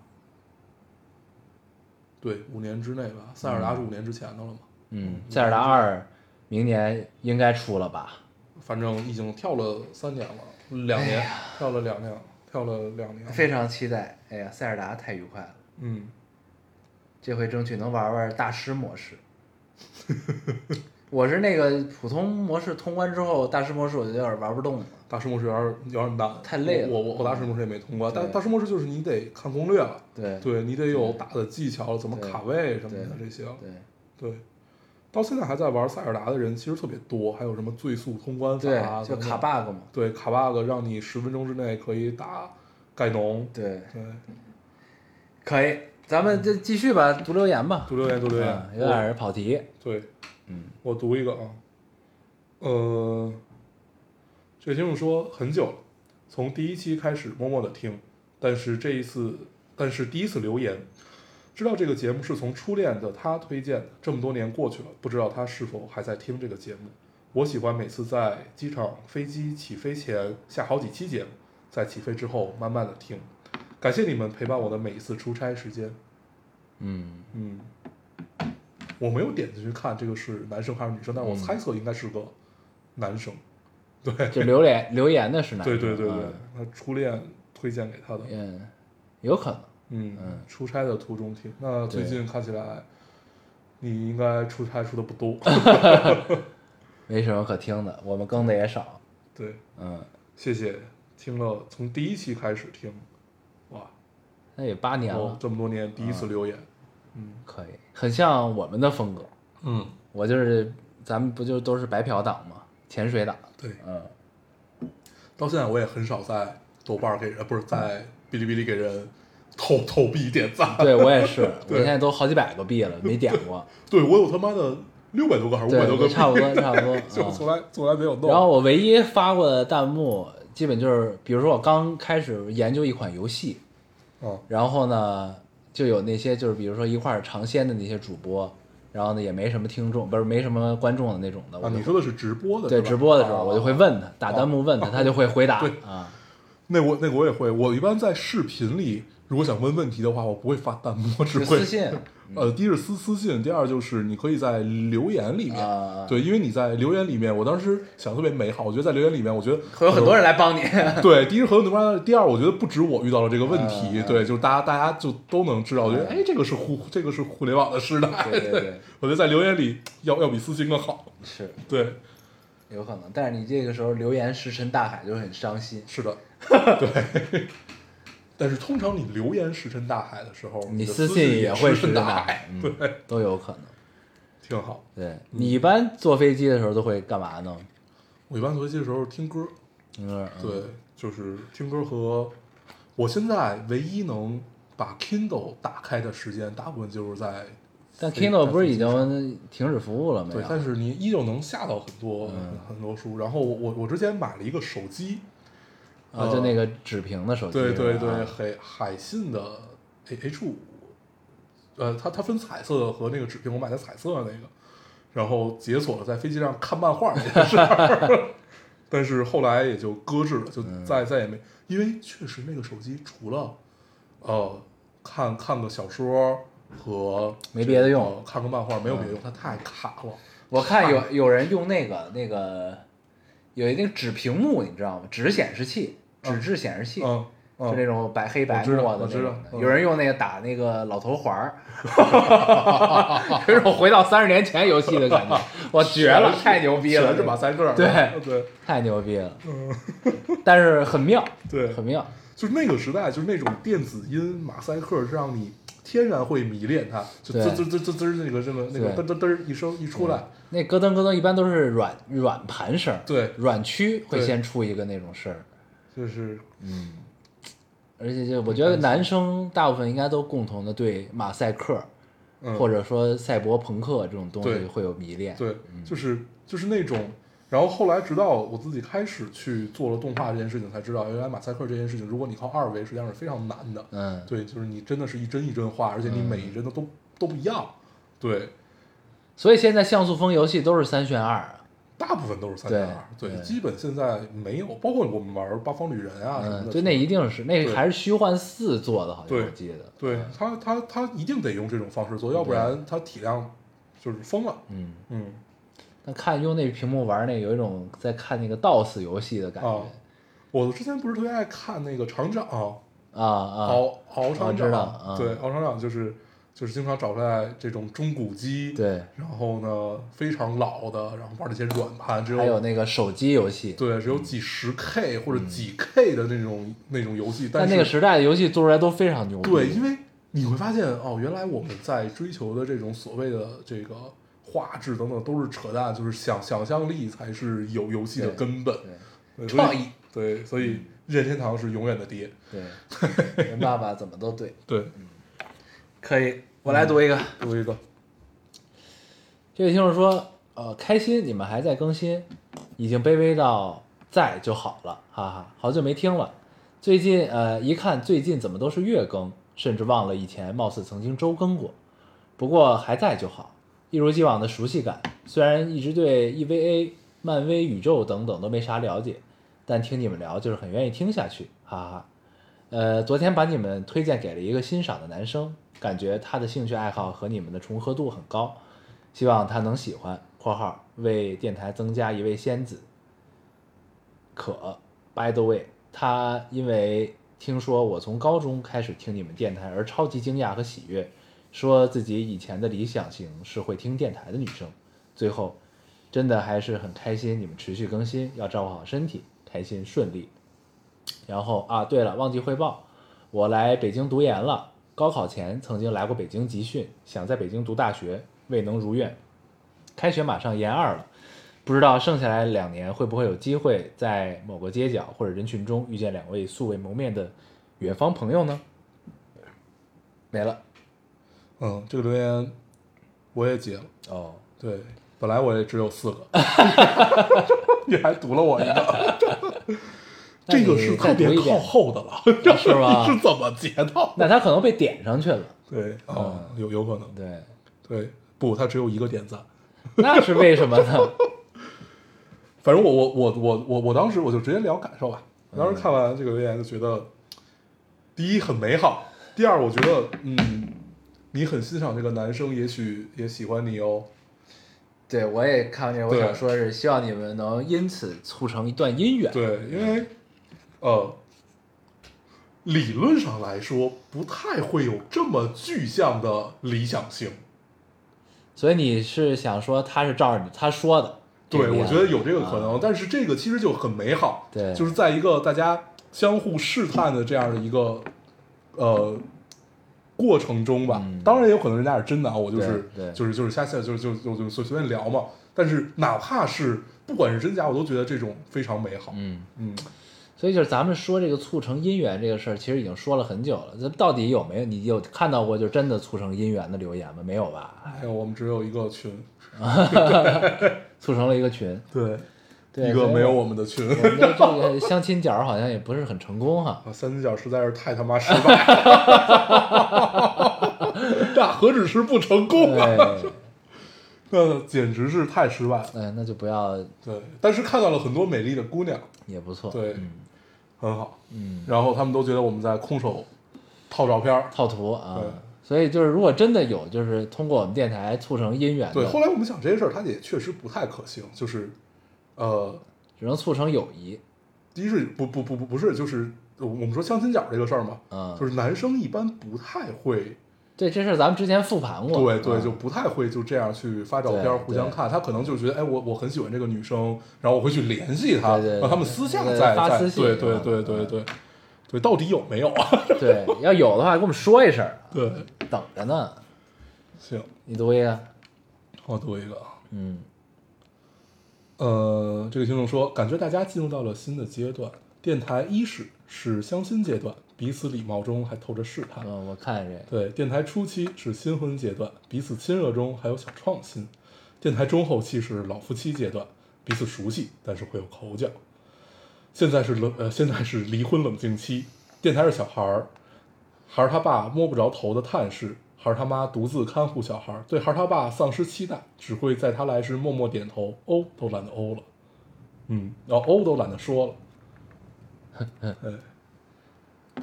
Speaker 2: 对，五年之内吧，塞尔达是五年之前的了嘛，
Speaker 1: 嗯，塞尔达二明年应该出了吧？
Speaker 2: 反正已经跳了三年了，两年、跳了两年，跳了两年，
Speaker 1: 哎非常期待。哎呀，塞尔达太愉快了，
Speaker 2: 嗯，
Speaker 1: 这回争取能玩玩大师模 式。我是那个普通模式通关之后，大师模式我就有点玩不动了。
Speaker 2: 大师模式有点儿有点儿难，
Speaker 1: 太累了
Speaker 2: 我我我大师模式也没通关，
Speaker 1: 对
Speaker 2: 但大师模式就是你得看攻略了，
Speaker 1: 对
Speaker 2: 对你得有打的技巧，怎么
Speaker 1: 对
Speaker 2: 卡位什么的
Speaker 1: 对
Speaker 2: 这些，
Speaker 1: 对
Speaker 2: 对。到现在还在玩塞尔达的人其实特别多，还有什么最速通关法啊，
Speaker 1: 对，就
Speaker 2: 等等
Speaker 1: 卡 bug 嘛。
Speaker 2: 对卡 bug 让你十分钟之内可以打盖农。
Speaker 1: 对，
Speaker 2: 对，
Speaker 1: 可以，咱们就继续吧，读留言吧。
Speaker 2: 读留言，读留
Speaker 1: 啊，
Speaker 2: 言，
Speaker 1: 有点跑题。
Speaker 2: 我对，
Speaker 1: 嗯，
Speaker 2: 我读一个啊，呃，这个听众说很久了，从第一期开始默默的听，但是这一次，但是第一次留言，知道这个节目是从初恋的他推荐的，这么多年过去了，不知道他是否还在听这个节目。我喜欢每次在机场飞机起飞前下好几期节目，在起飞之后慢慢的听。感谢你们陪伴我的每一次出差时间。
Speaker 1: 嗯
Speaker 2: 嗯，我没有点进去看这个是男生还是女生，但是
Speaker 1: 嗯
Speaker 2: 我猜测应该是个男生。对，
Speaker 1: 就留言留言的是哪？
Speaker 2: 对对对对
Speaker 1: 嗯，
Speaker 2: 他初恋推荐给他的，
Speaker 1: 嗯，有可能。
Speaker 2: 嗯
Speaker 1: 嗯
Speaker 2: 出差的途中听。那最
Speaker 1: 对
Speaker 2: 近看起来，你应该出差出的 不多。
Speaker 1: 没什么可听的，我们更的也少。
Speaker 2: 对，
Speaker 1: 嗯，
Speaker 2: 谢谢，听了从第一期开始听，哇，
Speaker 1: 那也八年
Speaker 2: 我
Speaker 1: 了，
Speaker 2: 这么多年第一次留言，
Speaker 1: 可以，很像我们的风格。
Speaker 2: 嗯，
Speaker 1: 我就是，咱们不就都是白嫖党吗？潜水党。
Speaker 2: 对，
Speaker 1: 嗯，
Speaker 2: 到现在我也很少在豆瓣儿给人，呃不是在哔哩哔哩给人投投币点赞。
Speaker 1: 对我也是，我
Speaker 2: 对
Speaker 1: 现在都好几百个币了，没点过。
Speaker 2: 对我有他妈的六百多个还是五百多
Speaker 1: 对，
Speaker 2: 个，
Speaker 1: 差不多，差不多。
Speaker 2: 就
Speaker 1: 嗯
Speaker 2: 从来从来没有弄。
Speaker 1: 然后我唯一发过的弹幕，基本就是，比如说我刚开始研究一款游戏，
Speaker 2: 嗯
Speaker 1: 然后呢，就有那些就是比如说一块儿尝鲜的那些主播，然后呢也没什么听众，不是没什么观众的那种的，我
Speaker 2: 啊，
Speaker 1: 就
Speaker 2: 你说的是直播的
Speaker 1: 对
Speaker 2: 吧啊
Speaker 1: 直播的时候，我就会问他，打
Speaker 2: 哦
Speaker 1: 弹幕问他，他就会回答
Speaker 2: 对
Speaker 1: 啊，
Speaker 2: 那我那个我也会，我一般在视频里，如果想问问题的话，我不会发弹幕，我只
Speaker 1: 是
Speaker 2: 会
Speaker 1: 私信。
Speaker 2: 呃，第一是私私信，第二就是你可以在留言里面，
Speaker 1: 啊
Speaker 2: 对，因为你在留言里面，我当时想特别美好，我觉得在留言里面，我觉得
Speaker 1: 会有很多人来帮你。
Speaker 2: 对，第一是很多人，第二我觉得不止我遇到了这个问题，
Speaker 1: 嗯嗯嗯
Speaker 2: 对，就是大家大家就都能知道，我觉得哎，这个是互这个是互联网的时代，
Speaker 1: 对对对，
Speaker 2: 我觉得在留言里要要比私信更好，
Speaker 1: 是
Speaker 2: 对，
Speaker 1: 有可能，但是你这个时候留言石沉大海就会很伤心。
Speaker 2: 是的，对。但是通常你留言石沉大海的时候，
Speaker 1: 你
Speaker 2: 的
Speaker 1: 私
Speaker 2: 私
Speaker 1: 信也
Speaker 2: 也
Speaker 1: 会
Speaker 2: 石沉大海，
Speaker 1: 嗯
Speaker 2: 对，
Speaker 1: 都有可能。
Speaker 2: 挺好。
Speaker 1: 对你一般坐飞机的时候都会干嘛呢？
Speaker 2: 我一般坐飞机的时候听歌，
Speaker 1: 嗯，
Speaker 2: 对，就是听歌和我现在唯一能把 Kindle 打开的时间，大部分就是在
Speaker 1: 但
Speaker 2: 飞
Speaker 1: Kindle
Speaker 2: 在
Speaker 1: 不是
Speaker 2: 飞
Speaker 1: 已
Speaker 2: 机上
Speaker 1: 经停止服务了没
Speaker 2: 对，但
Speaker 1: 有？
Speaker 2: 是你依旧能下到很多、
Speaker 1: 嗯
Speaker 2: 很多书。然后我我我之前买了一个手机，
Speaker 1: 啊，
Speaker 2: 呃
Speaker 1: 就那个纸屏的手机。啊
Speaker 2: 对对
Speaker 1: 是吧
Speaker 2: 对，海海信的 H 五，呃，它它分彩色的和那个纸屏，我买的彩色的那个，然后解锁了在飞机上看漫画这件事 儿，但是后来也就搁置了，就
Speaker 1: 嗯
Speaker 2: 再、再也没，因为确实那个手机除了呃看看个小说和
Speaker 1: 没别的用
Speaker 2: 呃看个漫画没有别的用，它太卡了。
Speaker 1: 我看有有人用那个那个有一个纸屏幕，你知道吗？纸显示器，纸质显示器，
Speaker 2: 嗯，嗯
Speaker 1: 就那种白黑白
Speaker 2: 我知道
Speaker 1: 墨的
Speaker 2: 我
Speaker 1: 那
Speaker 2: 知道
Speaker 1: 种的。
Speaker 2: 嗯
Speaker 1: 有人用那个打那个老头环儿， 有一种回到三十年前游戏的感 觉，我绝了，太牛逼了，
Speaker 2: 全是马赛克。
Speaker 1: 啊对
Speaker 2: 对
Speaker 1: 太牛逼了。 但是很妙，
Speaker 2: 嗯对，
Speaker 1: 很妙。
Speaker 2: 就是那个时代，就是那种电子音马赛克，是让你天然会迷恋它，就
Speaker 1: 对
Speaker 2: 滋滋滋滋滋那个这么那个
Speaker 1: 对
Speaker 2: 嘚嘚嘚一声一出来，
Speaker 1: 那咯噔咯噔一般都是软软盘声儿，
Speaker 2: 对
Speaker 1: 软驱会
Speaker 2: 对
Speaker 1: 先出一个那种声儿，
Speaker 2: 就是
Speaker 1: 而且就我觉得男生大部分应该都共同的对马赛克，
Speaker 2: 嗯
Speaker 1: 或者说赛博朋克这种东西
Speaker 2: 对
Speaker 1: 会有迷恋。
Speaker 2: 对，就是就是那种。然后后来，直到我自己开始去做了动画这件事情，才知道原来马赛克这件事情，如果你靠二维，实际上是非常难的。
Speaker 1: 嗯，
Speaker 2: 对，就是你真的是一帧一帧画，而且你每一帧都都都不一样。对，
Speaker 1: 所以现在像素风游戏都是三选二啊，
Speaker 2: 大部分都是三点二，
Speaker 1: 对
Speaker 2: 对，
Speaker 1: 对
Speaker 2: 基本现在没有，包括我们玩《八方旅人》啊什么
Speaker 1: 嗯，
Speaker 2: 的，
Speaker 1: 对，那一定是那
Speaker 2: 对
Speaker 1: 还是虚幻四做的，好像
Speaker 2: 对
Speaker 1: 我记得。
Speaker 2: 对他他他一定得用这种方式做，要不然他体量就是疯了。
Speaker 1: 嗯，
Speaker 2: 嗯，
Speaker 1: 但看用那屏幕玩那有一种在看那个 DOS 游戏的感
Speaker 2: 啊
Speaker 1: 觉，
Speaker 2: 我之前不是特别爱看那个厂长
Speaker 1: 啊啊，
Speaker 2: 敖敖
Speaker 1: 我
Speaker 2: 厂
Speaker 1: 知道啊
Speaker 2: 长，对敖厂长就是就是经常找出来这种中古机，，
Speaker 1: 对，
Speaker 2: 然后呢非常老的，然后玩这些软盘，只
Speaker 1: 还有那个嗯手机游戏，
Speaker 2: 对只有几十 K 或者几 K 的那种那种游戏，
Speaker 1: 但
Speaker 2: 是
Speaker 1: 那个时代的游戏做出来都非常牛逼。
Speaker 2: 对，因为你会发现哦，原来我们在追求的这种所谓的这个画质等等都是扯淡，就是想想象力才是有游戏的
Speaker 1: 对
Speaker 2: 根本，对所以
Speaker 1: 创意
Speaker 2: 对，所以任天堂是永远的爹。
Speaker 1: 对 对，人爸爸怎么都对。
Speaker 2: 对，
Speaker 1: 可以，我来读一个。
Speaker 2: 有一个
Speaker 1: 这位听众说，呃，开心你们还在更新，已经卑微到在就好了，哈哈，好久没听了。最近呃，一看最近怎么都是月更，甚至忘了以前貌似曾经周更过。不过还在就好，一如既往的熟悉感。虽然一直对 EVA、漫威宇宙等等都没啥了解，但听你们聊就是很愿意听下去，哈哈哈。呃，昨天把你们推荐给了一个欣赏的男生，感觉他的兴趣爱好和你们的重合度很高，希望他能喜欢。（括号为电台增加一位仙子。）可，by the way，他因为听说我从高中开始听你们电台而超级惊讶和喜悦，说自己以前的理想型是会听电台的女生。最后，真的还是很开心你们持续更新，要照顾好身体，开心顺利。然后啊，对了，忘记汇报，我来北京读研了。高考前曾经来过北京集训，想在北京读大学，未能如愿。开学马上研二了，不知道剩下来两年会不会有机会在某个街角或者人群中遇见两位素未谋面的远方朋友呢？没了
Speaker 2: 嗯，这个留言我也截了。
Speaker 1: 哦，
Speaker 2: 对，本来我也只有四个， 你还读了我一个， 这个是特别靠后的了，
Speaker 1: 是吗
Speaker 2: 是怎么截到？
Speaker 1: 那他可能被点上去了。
Speaker 2: 对，
Speaker 1: 嗯
Speaker 2: 哦，有有可能，
Speaker 1: 对，
Speaker 2: 对，不，他只有一个点赞。
Speaker 1: 那 是为什么呢？
Speaker 2: 反正我我我我我我当时我就直接聊感受吧，当时看完这个留言就觉得，第一很美好，第二我觉得嗯，你很欣赏这个男生，也许也喜欢你哦。
Speaker 1: 对，我也看见，我
Speaker 2: 对
Speaker 1: 想说是希望你们能因此促成一段姻缘。
Speaker 2: 对，因为呃，理论上来说不太会有这么具象的理想性。
Speaker 1: 所以你是想说他是照着你他说的？这
Speaker 2: 对，
Speaker 1: 个
Speaker 2: 我
Speaker 1: 样
Speaker 2: 觉
Speaker 1: 子
Speaker 2: 得有这个可能，
Speaker 1: 啊
Speaker 2: 但是这个其实就很美好，
Speaker 1: 对
Speaker 2: 就是在一个大家相互试探的这样的一个呃过程中吧。
Speaker 1: 嗯
Speaker 2: 当然也有可能人家是真的啊，我就是
Speaker 1: 对对
Speaker 2: 就是就是瞎想，就是就就就就随便聊嘛。但是哪怕是不管是真假，我都觉得这种非常美好。
Speaker 1: 嗯，
Speaker 2: 嗯，
Speaker 1: 所以就是咱们说这个促成姻缘这个事儿，其实已经说了很久了。咱们到底有没有？你有看到过就真的促成姻缘的留言吗？没有吧？
Speaker 2: 还有哎我们只有一个群，
Speaker 1: 促成了一个群，
Speaker 2: 对，
Speaker 1: 对，
Speaker 2: 一个
Speaker 1: 所以
Speaker 2: 没有我们的群。
Speaker 1: 我们的这个相亲角儿好像也不是很成功 哈。
Speaker 2: 啊， 三只脚实在是太他妈失败 了，那何止是不成功啊，
Speaker 1: 对，
Speaker 2: 那简直是太失败了。
Speaker 1: 哎，那就不要
Speaker 2: 对，但是看到了很多美丽的姑娘，
Speaker 1: 也不错。
Speaker 2: 对，
Speaker 1: 嗯
Speaker 2: 很好。
Speaker 1: 嗯，
Speaker 2: 然后他们都觉得我们在空手套照片儿。
Speaker 1: 套图啊
Speaker 2: 对。
Speaker 1: 所以就是，如果真的有，就是通过我们电台促成姻缘的，
Speaker 2: 对，后来我们想这些事儿，它也确实不太可行，就是，呃，
Speaker 1: 只能促成友谊。
Speaker 2: 第一是不不不不不是，就是我们说相亲角这个事儿嘛，
Speaker 1: 嗯
Speaker 2: 就是男生一般不太会，
Speaker 1: 对，这事儿咱们之前复盘过。
Speaker 2: 对对，
Speaker 1: 嗯
Speaker 2: 就不太会就这样去发照片儿
Speaker 1: 对
Speaker 2: 互相
Speaker 1: 对
Speaker 2: 看，他可能就觉得，哎，我我很喜欢这个女生，然后我会去联系她，
Speaker 1: 对对对
Speaker 2: 让他们私下
Speaker 1: 对
Speaker 2: 再
Speaker 1: 发
Speaker 2: 再
Speaker 1: 私信
Speaker 2: 对对
Speaker 1: 嗯
Speaker 2: 对对对对，到底有没有 啊？
Speaker 1: 对，要有的话跟我们说一声儿，
Speaker 2: 对，
Speaker 1: 等着呢。
Speaker 2: 行，
Speaker 1: 你读一个，
Speaker 2: 我读一个啊，
Speaker 1: 嗯，
Speaker 2: 呃，这个听众说，感觉大家进入到了新的阶段，电台伊始是相亲阶段，彼此礼貌中还透着试探。
Speaker 1: 嗯，我看这个，
Speaker 2: 对，电台初期是新婚阶段，彼此亲热中还有小创新；电台中后期是老夫妻阶段，彼此熟悉，但是会有口角。现在是冷呃，现在是离婚冷静期，电台是小孩儿，孩儿他爸摸不着头的探视，孩儿他妈独自看护小孩儿，对孩儿他爸丧失期待，只会在他来时默默点头，哦都懒得哦了，嗯，然后哦都懒得说了。哎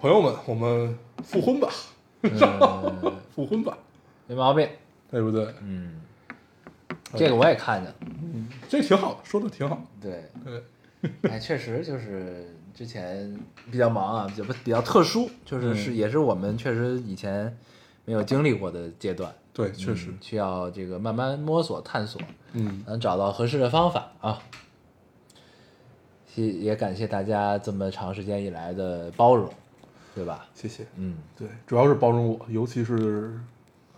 Speaker 2: 朋友们，我们复婚吧。
Speaker 1: 嗯，
Speaker 2: 复婚吧，
Speaker 1: 没毛病，
Speaker 2: 对不对？
Speaker 1: 嗯，这个我也看见了，
Speaker 2: 这挺好的，说的挺好。
Speaker 1: 嗯对，
Speaker 2: 对，
Speaker 1: 哎，确实就是之前比较忙啊，比较比较特殊，就是
Speaker 2: 嗯
Speaker 1: 是也是我们确实以前没有经历过的阶段，
Speaker 2: 对，确实
Speaker 1: 嗯，需要这个慢慢摸索探索，
Speaker 2: 嗯，
Speaker 1: 能找到合适的方法啊。也也感谢大家这么长时间以来的包容，对吧？
Speaker 2: 谢谢。
Speaker 1: 嗯，
Speaker 2: 对，主要是包容我，尤其是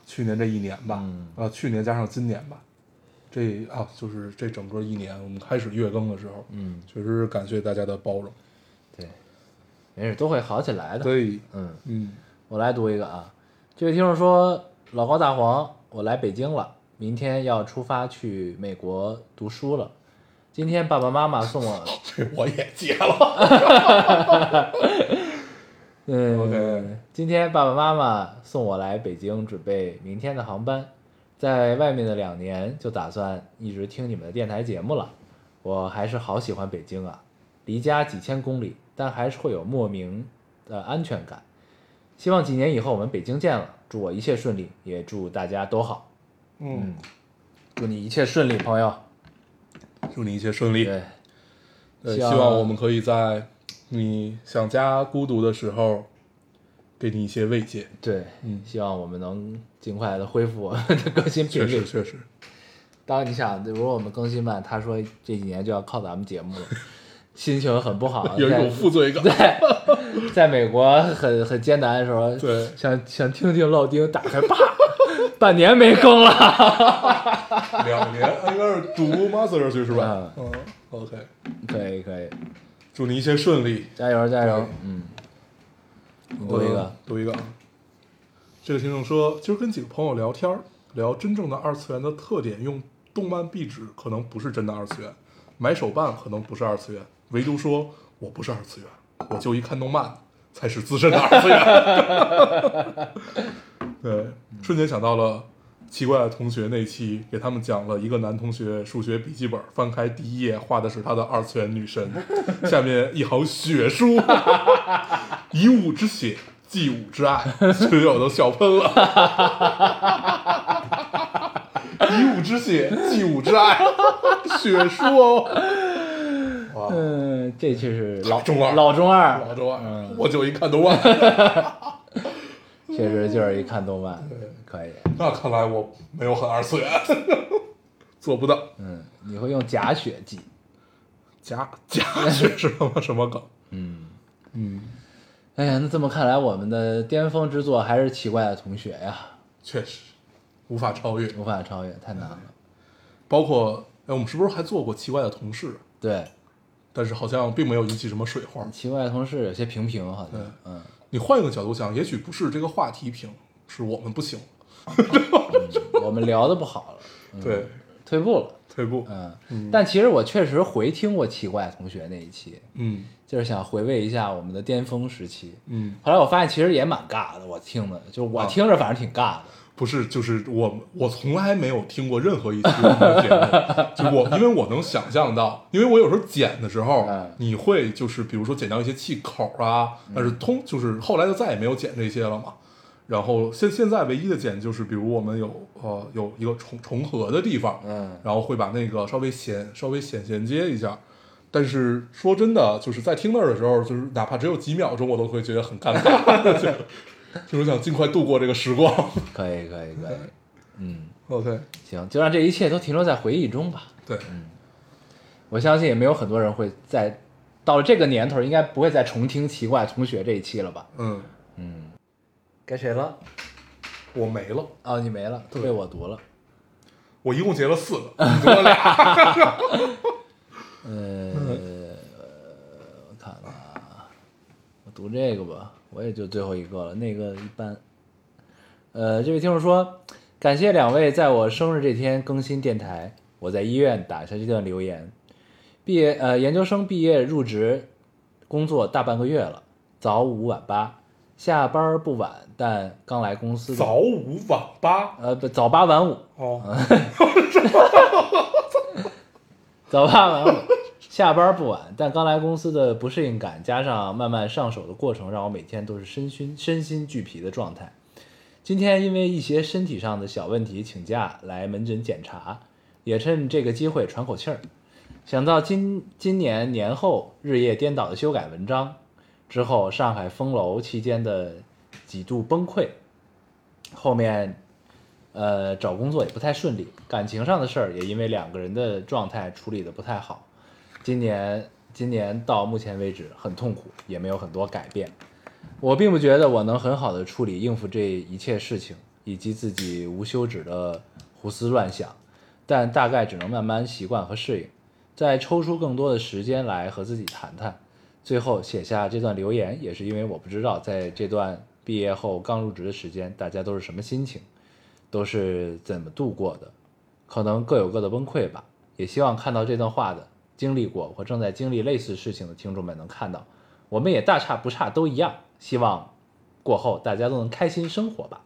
Speaker 2: 去年这一年吧，
Speaker 1: 嗯
Speaker 2: 啊，去年加上今年吧，这啊，就是这整个一年，我们开始月更的时候，
Speaker 1: 嗯，
Speaker 2: 确实是感谢大家的包容。
Speaker 1: 对，没事，都会好起来的。，
Speaker 2: 对，
Speaker 1: 嗯，
Speaker 2: 嗯，
Speaker 1: 我来读一个啊，这位听众说，老高大黄，我来北京了，明天要出发去美国读书了。今天爸爸妈妈送我，
Speaker 2: 这我也接了。
Speaker 1: 嗯
Speaker 2: OK
Speaker 1: 今天爸爸妈妈送我来北京，准备明天的航班。在外面的两年，就打算一直听你们的电台节目了。我还是好喜欢北京啊，离家几千公里，但还是会有莫名的安全感。希望几年以后我们北京见了，祝我一切顺利，也祝大家都好。
Speaker 2: 嗯，
Speaker 1: 祝你一切顺利，朋友。
Speaker 2: 祝你一切顺利。
Speaker 1: 对，
Speaker 2: 对，
Speaker 1: 希
Speaker 2: 希
Speaker 1: 望
Speaker 2: 望我们可以在你想家孤独的时候，给你一些慰藉。
Speaker 1: 对，
Speaker 2: 嗯
Speaker 1: 希望我们能尽快的恢复我们的更新频
Speaker 2: 确
Speaker 1: 率
Speaker 2: 实，。确实，
Speaker 1: 当然，你想，如果我们更新慢，他说这几年就要靠咱们节目 了，心情很不好，
Speaker 2: 有一种 负罪感。
Speaker 1: 在在在美国很很艰难的时候，
Speaker 2: 对
Speaker 1: 想想听听老丁，打开啪， 半年没更 了。
Speaker 2: 两年，应该是读 master 去是吧？嗯，OK，
Speaker 1: 可以可以，
Speaker 2: 祝你一切顺利。
Speaker 1: 加油加油
Speaker 2: 对，
Speaker 1: 嗯，你读一个
Speaker 2: 呃，读一个啊。这个听众说，今儿跟几个朋友聊天儿，聊真正的二次元的特点，用动漫壁纸可能不是真的二次元，买手办可能不是二次元，唯独说我不是二次元，我就一看动漫才 是资深的二次元。对，瞬间想到了《奇怪的同学那期，给他们讲了一个男同学数学笔记本，翻开第一页画的是他的二次元女神，下面一行血书：以武之血，祭武之爱。 群友都笑喷了。以武之血，祭武之爱，血书哦。哇，
Speaker 1: 嗯，这确实老
Speaker 2: 中二
Speaker 1: 老中二，
Speaker 2: 老周啊，
Speaker 1: 嗯
Speaker 2: 我就一看都忘了。
Speaker 1: 确实就是一看动漫，可以。
Speaker 2: 那看来我没有很二次元， 做不到。
Speaker 1: 嗯，你会用假血记，
Speaker 2: 假假是什么什么梗？
Speaker 1: 哎呀，那这么看来，我们的巅峰之作还是奇怪的同学呀，
Speaker 2: 确实无法超越。
Speaker 1: 无法超越，太难了。
Speaker 2: 包括哎，我们是不是还做过奇怪的同事？啊
Speaker 1: 对，
Speaker 2: 但是好像并没有引起什么水花。
Speaker 1: 奇怪的同事有些平平，好像
Speaker 2: 对，
Speaker 1: 嗯，
Speaker 2: 你换一个角度想，也许不是这个话题平，是我们不行，
Speaker 1: 我们聊的不好了，
Speaker 2: 对，
Speaker 1: 退步了，
Speaker 2: 退步。
Speaker 1: 嗯。但其实我确实回听过奇怪的同学那一期，
Speaker 2: 嗯
Speaker 1: 就是想回味一下我们的巅峰时期。
Speaker 2: 嗯，
Speaker 1: 后来我发现其实也蛮尬的，我听的，就是我听着反正挺尬的。
Speaker 2: 不是，就是我我从来没有听过任何一期我们的节目，就我因为我能想象到，因为我有时候剪的时候
Speaker 1: 嗯，
Speaker 2: 你会就是比如说剪掉一些气口啊，但是通就是后来就再也没有剪这些了嘛。然后现现在唯一的剪就是，比如我们有呃有一个重重合的地方，
Speaker 1: 嗯
Speaker 2: 然后会把那个稍微衔稍微衔衔接一下。但是说真的，就是在听那儿的时候，就是哪怕只有几秒钟，我都会觉得很尴尬， 就是就是想尽快度过这个时光。
Speaker 1: 可以，可以，可以。嗯，
Speaker 2: OK，
Speaker 1: 行，就让这一切都停留在回忆中吧。
Speaker 2: 哦对，
Speaker 1: 我相信也没有很多人会再到了这个年头，应该不会再重听《奇怪同学》这一期了吧？
Speaker 2: 嗯，
Speaker 1: 该谁了？
Speaker 2: 我没了，
Speaker 1: 哦，你没了，都被我读了。
Speaker 2: 我一共截了四个，你多俩，
Speaker 1: 呃我看看啊，我读这个吧，我也就最后一个了，那个一般。呃，这位听众说，感谢两位在我生日这天更新电台，我在医院打下这段留言。毕业呃，研究生毕业入职工作大半个月了，早五晚八，下班不晚，但刚来公司的
Speaker 2: 早五晚八
Speaker 1: 呃不早八晚五，
Speaker 2: 哦，
Speaker 1: 早八晚五，下班不晚，但刚来公司的不适应感，加上慢慢上手的过程，让我每天都是身心身心俱疲的状态。今天因为一些身体上的小问题请假来门诊检查，也趁这个机会喘口气儿。想到今今年年后日夜颠倒的修改文章之后，上海封楼期间的几度崩溃，后面呃，找工作也不太顺利，感情上的事儿也因为两个人的状态处理的不太好。今年今年到目前为止很痛苦，也没有很多改变。我并不觉得我能很好的处理应付这一切事情，以及自己无休止的胡思乱想，但大概只能慢慢习惯和适应，再抽出更多的时间来和自己谈谈。最后写下这段留言，也是因为我不知道在这段毕业后刚入职的时间，大家都是什么心情。都是怎么度过的，可能各有各的崩溃吧。也希望看到这段话的经历过或正在经历类似事情的听众们能看到，我们也大差不差都一样。希望过后大家都能开心生活吧。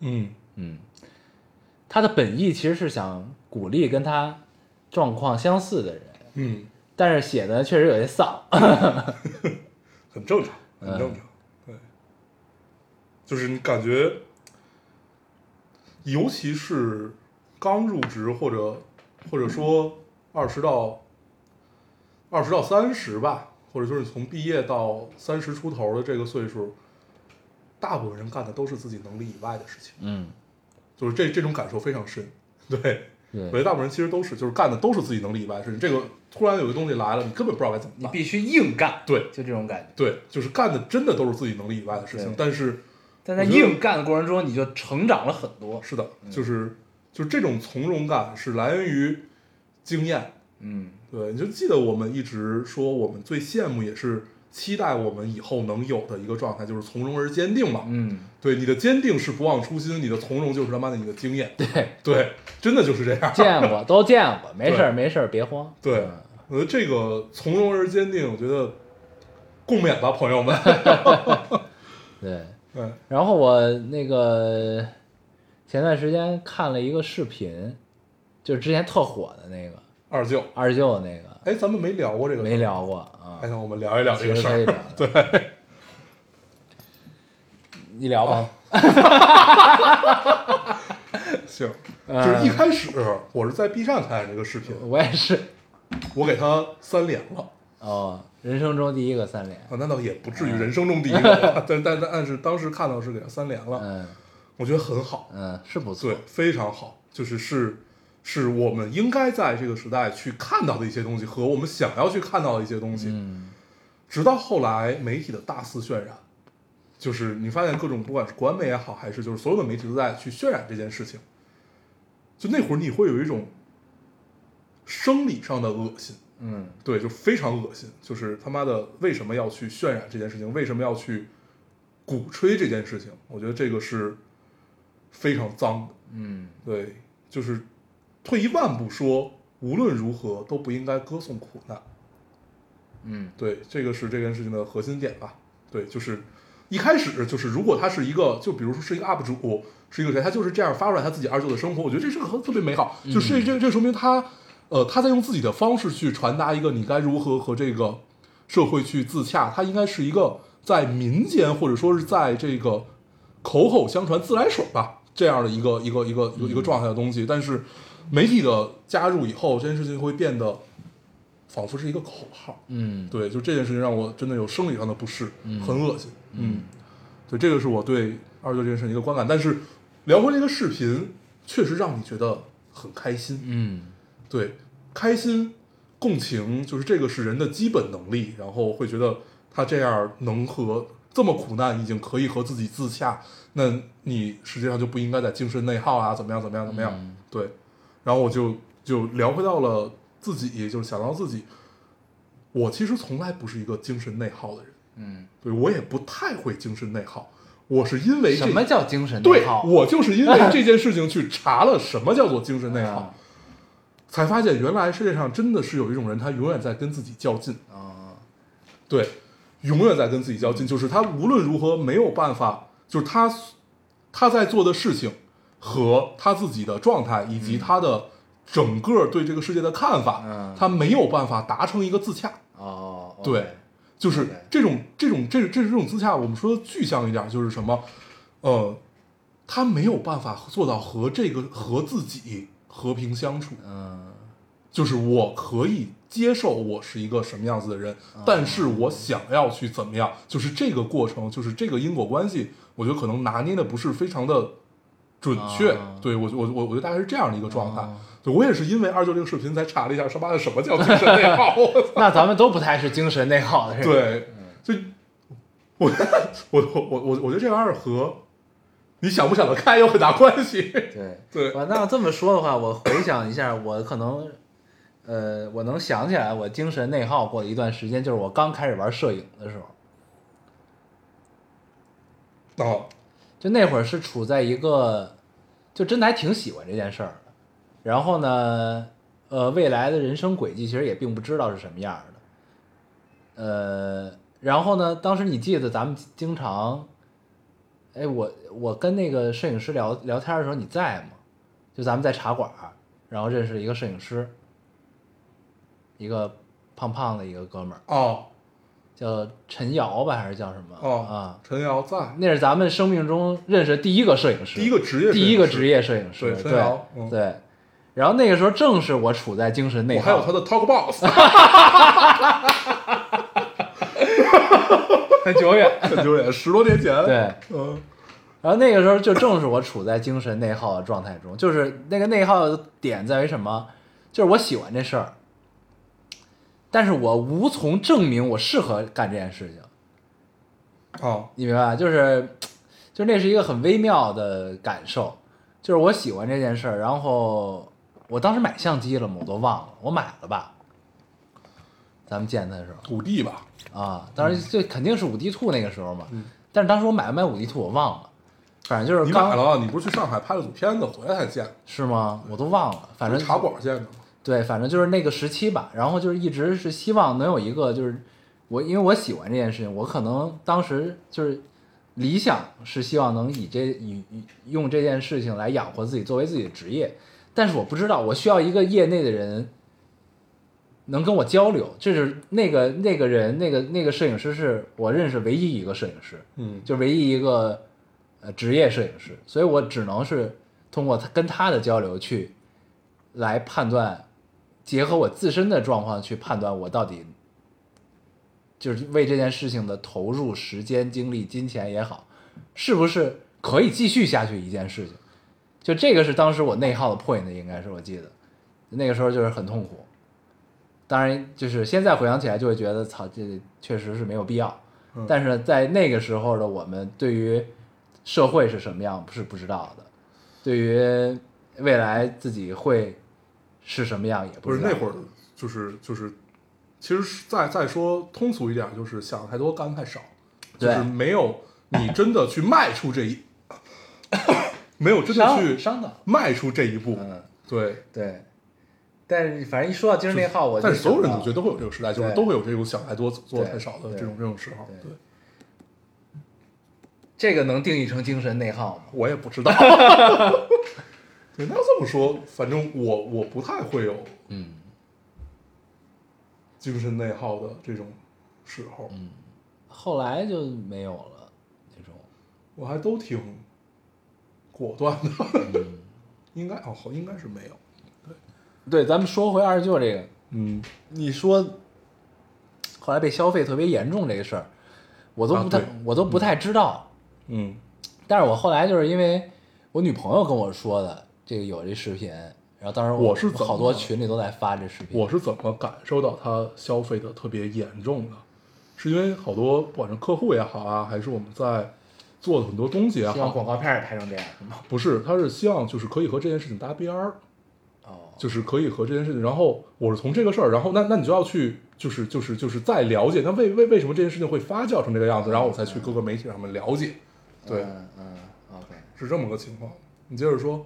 Speaker 2: 嗯，
Speaker 1: 嗯，他的本意其实是想鼓励跟他状况相似的人，
Speaker 2: 嗯，
Speaker 1: 但是写的确实有些丧。
Speaker 2: 很正常，很正常，对，就是你感觉，尤其是刚入职或者或者说二十到二十到三十吧，或者就是你从毕业到三十出头的这个岁数，大部分人干的都是自己能力以外的事情，
Speaker 1: 嗯，
Speaker 2: 就是这这种感受非常深，对。我觉
Speaker 1: 对，
Speaker 2: 得大部分人其实都是，就是干的都是自己能力以外的事情。这个突然有一个东西来了，你根本不知道该怎么办。
Speaker 1: 须硬干，
Speaker 2: 对
Speaker 1: 就这种感觉。
Speaker 2: 对，就是干的真的都是自己能力以外的事情
Speaker 1: 对。
Speaker 2: 但是
Speaker 1: 但
Speaker 2: 在硬
Speaker 1: 干的过程中，你就成长了很多。
Speaker 2: 是的，就是就是这种从容感是来源于经验。
Speaker 1: 嗯，
Speaker 2: 对，你就记得我们一直说，我们最羡慕也是期待我们以后能有的一个状态，就是从容而坚定嘛。
Speaker 1: 嗯，
Speaker 2: 对，你的坚定是不忘初心，你的从容就是他妈的你的经验。
Speaker 1: 对。
Speaker 2: 对，真的就是这样。
Speaker 1: 见过，都见过，没事儿，没事儿，别慌。
Speaker 2: 对
Speaker 1: 嗯，
Speaker 2: 我觉得这个从容而坚定，我觉得共勉吧，朋友 们。嗯
Speaker 1: 对。
Speaker 2: 对，
Speaker 1: 然后我那个，其前段时间看了一个视频，就是之前特火的那个
Speaker 2: 二舅，
Speaker 1: 二舅那个，
Speaker 2: 哎，咱们没聊过这个，
Speaker 1: 没。聊过啊
Speaker 2: 哎，。那我们聊一聊这个事
Speaker 1: 其实可以
Speaker 2: 儿
Speaker 1: 聊。
Speaker 2: 对，
Speaker 1: 你聊吧，
Speaker 2: 行，
Speaker 1: 嗯
Speaker 2: 就是一开始我是在 B 站看这个视频，
Speaker 1: 我也是。
Speaker 2: 我给他三连了。
Speaker 1: 哦，人生中第一个三连。
Speaker 2: 啊，那倒也不
Speaker 1: 嗯
Speaker 2: 至于人生中第一个 吧，但但但是当时看到是给他三连了，
Speaker 1: 嗯
Speaker 2: 我觉得很好，
Speaker 1: 嗯，是不错
Speaker 2: 对。，非常好，就是是是我们应该在这个时代去看到的一些东西和我们想要去看到的一些东西。
Speaker 1: 嗯
Speaker 2: 直到后来媒体的大肆渲染，就是你发现各种不管是官媒也好，还是就是所有的媒体都在去渲染这件事情，就那会儿你会有一种生理上的恶心，
Speaker 1: 嗯
Speaker 2: 对，就非常恶心，就是他妈的为什么要去渲染这件事情，为什么要去鼓吹这件事情？我觉得这个是非常脏的，
Speaker 1: 嗯，
Speaker 2: 对，就是退一万步说，无论如何都不应该歌颂苦难，
Speaker 1: 嗯，
Speaker 2: 对，这个是这件事情的核心点吧，对，就是一开始就是如果他是一个，就比如说是一个 UP 主，是一个谁，他就是这样发出来他自己二舅的生活，我觉得这是个很特别美好，就这这这说明他。呃，他在用自己的方式去传达一个你该如何和这个社会去自洽，它应该是一个在民间或者说是在这个口口相传、自来水吧这样的一个一个一个一个一个状态的东西。但是媒体的加入以后，这件事情会变得仿佛是一个口号。
Speaker 1: 嗯
Speaker 2: 对，就这件事情让我真的有生理上的不适，
Speaker 1: 嗯
Speaker 2: 很恶心。嗯，对，这个是我对二舅这件事情的一个观感。但是聊回这个视频，确实让你觉得很开心。
Speaker 1: 嗯
Speaker 2: 对，开心、共情，就是这个是人的基本能力。然后会觉得他这样能和这么苦难，已经可以和自己自洽，那你实际上就不应该在精神内耗啊，怎么样，怎么样，怎么样？
Speaker 1: 嗯
Speaker 2: 对，然后我就就聊回到了自己，就是想到自己，我其实从来不是一个精神内耗的人，
Speaker 1: 嗯，
Speaker 2: 对我也不太会精神内耗。我是因为这
Speaker 1: 什么叫精神
Speaker 2: 对
Speaker 1: 内耗？，
Speaker 2: 我就是因为这件事情去查了什么叫做精神内耗。
Speaker 1: 啊
Speaker 2: 才发现原来世界上真的是有一种人，他永远在跟自己较劲，
Speaker 1: 啊，
Speaker 2: 对，永远在跟自己较劲，就是他无论如何没有办法，就是他他在做的事情和他自己的状态以及他的整个对这个世界的看法
Speaker 1: 嗯，
Speaker 2: 他没有办法达成一个自洽，
Speaker 1: 哦，
Speaker 2: 对
Speaker 1: OK，
Speaker 2: 就是
Speaker 1: 对
Speaker 2: 这种这种这这这种自洽，我们说的具象一点就是什么，呃，他没有办法做到和这个和自己和平相处，
Speaker 1: 嗯
Speaker 2: 就是我可以接受我是一个什么样子的人，
Speaker 1: 嗯
Speaker 2: 但是我想要去怎么样，就是这个过程，就是这个因果关系，我觉得可能拿捏的不是非常的准确。
Speaker 1: 啊
Speaker 2: 对我，我我我觉得大概是这样的一个状态。对我也是因为二舅这个视频才查了一下，他妈的什么叫精神内耗。我操
Speaker 1: 那咱们都不太是精神内耗的人。，
Speaker 2: 对，
Speaker 1: 嗯
Speaker 2: 就我我我我我我觉得这玩意儿和你想不想得开有很大关系。
Speaker 1: 对
Speaker 2: 对
Speaker 1: 哇那这么说的话，我回想一下，我可能，呃，我能想起来，我精神内耗过的一段时间，就是我刚开始玩摄影的时候，哦
Speaker 2: 啊，
Speaker 1: 就那会儿是处在一个，就真的还挺喜欢这件事儿的。然后呢，呃，未来的人生轨迹其实也并不知道是什么样儿的。呃，然后呢，当时你记得咱们经常，哎，我我跟那个摄影师聊聊天的时候你在吗？就咱们在茶馆儿，然后认识了一个摄影师，一个胖胖的一个哥们儿，
Speaker 2: 哦
Speaker 1: 叫陈瑶吧，还是叫什么？
Speaker 2: 哦
Speaker 1: 啊，
Speaker 2: 陈瑶在。
Speaker 1: 那是咱们生命中认识的第一个摄影师，
Speaker 2: 第一个职业摄影师
Speaker 1: 第一个职业摄影师，
Speaker 2: 对
Speaker 1: 对
Speaker 2: 陈瑶嗯
Speaker 1: 对然后那个时候正是我处在精神内
Speaker 2: 我还有
Speaker 1: 耗
Speaker 2: 他，的 Talk Box，
Speaker 1: 很久远。
Speaker 2: 很久远，十多年前。
Speaker 1: 对，
Speaker 2: 嗯，
Speaker 1: 然后那个时候就正是我处在精神内耗的状态中，就是那个内耗的点在于什么？就是我喜欢这事儿，但是我无从证明我适合干这件事情，
Speaker 2: 啊，
Speaker 1: 你明白吧？就是，就那是一个很微妙的感受，就是我喜欢这件事儿，然后我当时买相机了吗？我都忘了，我买了吧。咱们见他的时候
Speaker 2: 土地吧，
Speaker 1: 啊，当然这肯定是五 D 兔那个时候嘛，但是当时我买没买五 D 兔我忘了，反正就是
Speaker 2: 嗯你
Speaker 1: 刚
Speaker 2: 买了啊，你不是去上海拍了组片子，回来才见，
Speaker 1: 是吗？我都忘了，反正
Speaker 2: 茶馆见的。
Speaker 1: 对，反正就是那个时期吧。然后就是一直是希望能有一个，就是我因为我喜欢这件事情，我可能当时就是理想是希望能以这以以用这件事情来养活自己，作为自己的职业。但是我不知道，我需要一个业内的人能跟我交流。这是那个那个人，那个那个摄影师是我认识唯一一个摄影师，
Speaker 2: 嗯
Speaker 1: 就唯一一个呃职业摄影师，所以我只能是通过他跟他的交流去来判断，结合我自身的状况去判断我到底就是为这件事情的投入时间、精力、金钱也好，是不是可以继续下去一件事情？就这个是当时我内耗的 point，应该是我记得，那个时候就是很痛苦。当然，就是现在回想起来就会觉得，操，这确实是没有必要。
Speaker 2: 嗯
Speaker 1: 但是在那个时候的我们，对于社会是什么样是不知道的，对于未来自己会是什么样也
Speaker 2: 不是
Speaker 1: 知道。
Speaker 2: 那会儿就是就是，其实是再再说通俗一点，就是想太多干太少，就
Speaker 1: 对
Speaker 2: 是没有你真的去迈出这一，没有真的
Speaker 1: 伤
Speaker 2: 去
Speaker 1: 伤到，
Speaker 2: 迈出这一步，
Speaker 1: 嗯，
Speaker 2: 对。
Speaker 1: 对。但是反正一说到精神内啊耗，我就
Speaker 2: 但是所有人
Speaker 1: 想
Speaker 2: 我
Speaker 1: 到
Speaker 2: 觉得都会有这个时代，就是
Speaker 1: 对
Speaker 2: 都会有这种想太多做
Speaker 1: 对
Speaker 2: 太少的
Speaker 1: 对
Speaker 2: 这种这种时候。
Speaker 1: 对
Speaker 2: 对，
Speaker 1: 这个能定义成精神内耗吗？
Speaker 2: 我也不 知道。对，那要这么说，反正我我不太会有
Speaker 1: 嗯
Speaker 2: 精神内耗的这种时候，
Speaker 1: 嗯，后来就没有了那种。
Speaker 2: 我还都挺果断的。
Speaker 1: 嗯，
Speaker 2: 应该哦，应该是没有。
Speaker 1: 对，咱们说回二舅这个，
Speaker 2: 嗯，
Speaker 1: 你说后来被消费特别严重这个事儿，我都
Speaker 2: 啊
Speaker 1: 不太、
Speaker 2: 对
Speaker 1: 我都不太知道。
Speaker 2: 嗯
Speaker 1: 但是我后来就是因为我女朋友跟我说的，这个有这视频，然后当时
Speaker 2: 我是怎么
Speaker 1: 好多群里都在发这视频。
Speaker 2: 我是怎么感受到它消费的特别严重的？是因为好多不管是客户也好啊，还是我们在做的很多东西也
Speaker 1: 希望广
Speaker 2: 好，
Speaker 1: 告片也拍成这样是吗？
Speaker 2: 不是，他是希望就是可以和这件事情搭边儿，
Speaker 1: 哦，
Speaker 2: 就是可以和这件事情。然后我是从这个事儿，然后那那你就要去，就是就是就是再了解，那为为为什么这件事情会发酵成这个样子？然后我才去各个媒体上面了解，对，
Speaker 1: 嗯嗯，OK。
Speaker 2: 是这么个情况。你接着说，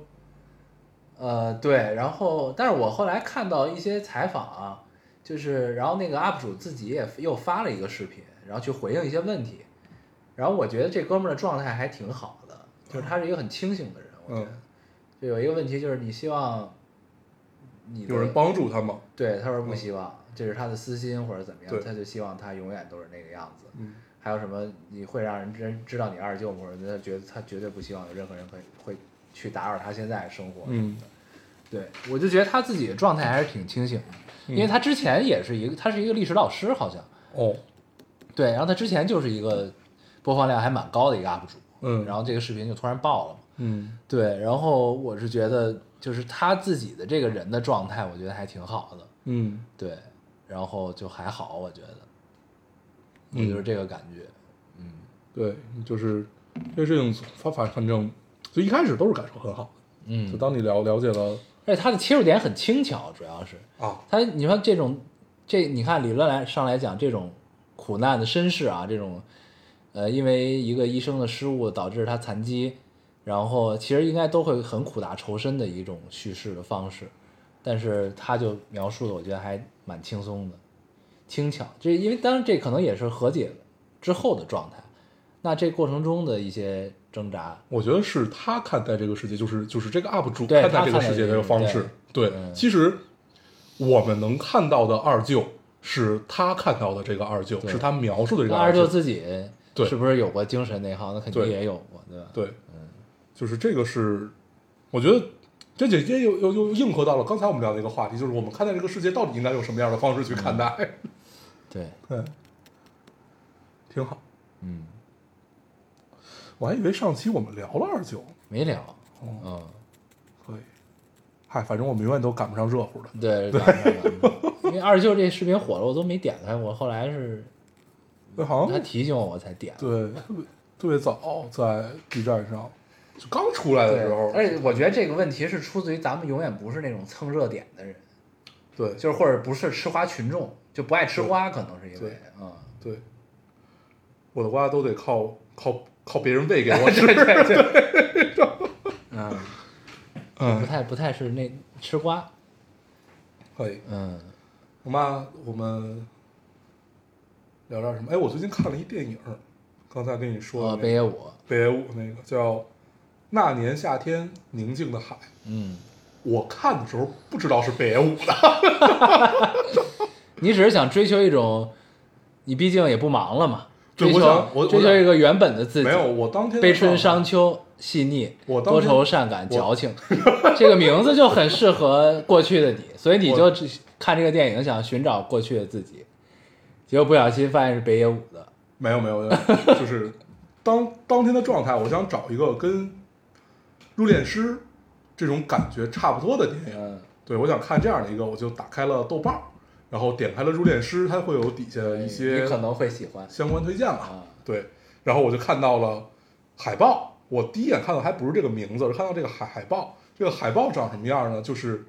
Speaker 1: 呃，对，然后，但是我后来看到一些采访啊，就是，然后那个 UP 主自己也又发了一个视频，然后去回应一些问题，然后我觉得这哥们儿的状态还挺好的，就是他是一个很清醒的人，我觉得。
Speaker 2: 嗯
Speaker 1: 就有一个问题就是，你希望你的
Speaker 2: 有人帮助他吗？
Speaker 1: 对，他说不希望，这是他的私心或者怎么样
Speaker 2: 对，
Speaker 1: 他就希望他永远都是那个样子。
Speaker 2: 嗯，
Speaker 1: 还有什么你会让人真知道你二舅母，或者他觉得他绝对不希望有任何人会会去打扰他现在的生活。
Speaker 2: 嗯，
Speaker 1: 对我就觉得他自己的状态还是挺清醒的，
Speaker 2: 嗯
Speaker 1: 因为他之前也是一个，他是一个历史老师好像，
Speaker 2: 哦，
Speaker 1: 对，然后他之前就是一个播放量还蛮高的一个 UP 主，
Speaker 2: 嗯，
Speaker 1: 然后这个视频就突然爆了嘛，
Speaker 2: 嗯
Speaker 1: 对，然后我是觉得就是他自己的这个人的状态，我觉得还挺好的，
Speaker 2: 嗯。
Speaker 1: 对，然后就还好，我觉得，我
Speaker 2: 嗯
Speaker 1: 就是这个感觉，
Speaker 2: 对，就是这事情发反反正就一开始都是感受很好的，
Speaker 1: 嗯
Speaker 2: 就，当你了了解了
Speaker 1: 而且他的切入点很轻巧，主要是，
Speaker 2: 啊，
Speaker 1: 他你说这种这你看理论来上来讲，这种苦难的身世啊，这种呃，因为一个医生的失误导致他残疾，然后其实应该都会很苦大仇深的一种叙事的方式，但是他就描述的我觉得还蛮轻松的，轻巧。这因为当然这可能也是和解之后的状态，那这过程中的一些挣扎，
Speaker 2: 我觉得是他看待这个世界，就是就是这个 UP 主
Speaker 1: 对
Speaker 2: 看待
Speaker 1: 他
Speaker 2: 这个
Speaker 1: 看待
Speaker 2: 世界
Speaker 1: 这
Speaker 2: 的一
Speaker 1: 个
Speaker 2: 个方式。对，
Speaker 1: 嗯
Speaker 2: 其实我们能看到的二舅是他看到的这个二舅，
Speaker 1: 对
Speaker 2: 是他描述的这
Speaker 1: 那
Speaker 2: 个
Speaker 1: 二舅
Speaker 2: 舅。
Speaker 1: 自己
Speaker 2: 对
Speaker 1: 是不是有过精神内耗？那肯定
Speaker 2: 对
Speaker 1: 也有过，对吧？
Speaker 2: 对，
Speaker 1: 嗯
Speaker 2: 就是这个是，我觉得。这姐姐又又又应和到了刚才我们聊的一个话题，就是我们看待这个世界到底应该用什么样的方式去看待？
Speaker 1: 对，
Speaker 2: 对，挺好。
Speaker 1: 嗯。
Speaker 2: 我还以为上期我们聊了二舅，
Speaker 1: 没聊，
Speaker 2: 哦
Speaker 1: 嗯，
Speaker 2: 可以。嗨，反正我们永远都赶不上热乎的。
Speaker 1: 对，赶上了 因为二舅这视频火了，我都没点开，我后来是
Speaker 2: 对，好
Speaker 1: 他
Speaker 2: 像
Speaker 1: 提醒我，我才点。
Speaker 2: 对特别特别早在 B 站上，就刚出来的时候。
Speaker 1: 而且我觉得这个问题是出自于咱们永远不是那种蹭热点的人，
Speaker 2: 对
Speaker 1: 就是或者不是吃瓜群众，就不爱吃瓜，可能是因为
Speaker 2: 对，
Speaker 1: 嗯，
Speaker 2: 对，我的瓜都得靠靠靠别人喂给 我吃。
Speaker 1: 嗯，不
Speaker 2: 嗯，
Speaker 1: 太不太是那吃瓜，
Speaker 2: 可以。
Speaker 1: 嗯，
Speaker 2: 我妈，我们聊点什么？哎，我最近看了一电影，刚才跟你说
Speaker 1: 呃，
Speaker 2: 的
Speaker 1: 北
Speaker 2: 那
Speaker 1: 野
Speaker 2: 个
Speaker 1: 武，
Speaker 2: 北野武那个叫《那年夏天宁静的海》，
Speaker 1: 嗯，
Speaker 2: 我看的时候不知道是北野武的，
Speaker 1: 你只是想追求一种，你毕竟也不忙了嘛，
Speaker 2: 对
Speaker 1: 追求
Speaker 2: 我想我我
Speaker 1: 追求
Speaker 2: 想
Speaker 1: 一个原本的自己，
Speaker 2: 没有，我当天
Speaker 1: 悲
Speaker 2: 就上
Speaker 1: 春伤秋、细腻、
Speaker 2: 我当
Speaker 1: 多
Speaker 2: 天
Speaker 1: 愁善感、矫情，这个名字就很适合过去的你，所以你就
Speaker 2: 我
Speaker 1: 只看这个电影想寻找过去的自己，结果不小心发现是北野武的，
Speaker 2: 没有没 有，就是当当天的状态，我想找一个跟《入殓师》这种感觉差不多的电影。
Speaker 1: 嗯，
Speaker 2: 对，我想看这样的一个，我就打开了豆瓣儿，然后点开了《入殓师》，它会有底下一些
Speaker 1: 哎嗯你可能会喜欢，
Speaker 2: 相关推荐
Speaker 1: 啊
Speaker 2: 吧。对，然后我就看到了海报，我第一眼看到还不是这个名字，而是看到这个海海报。这个海报长什么样呢？就是，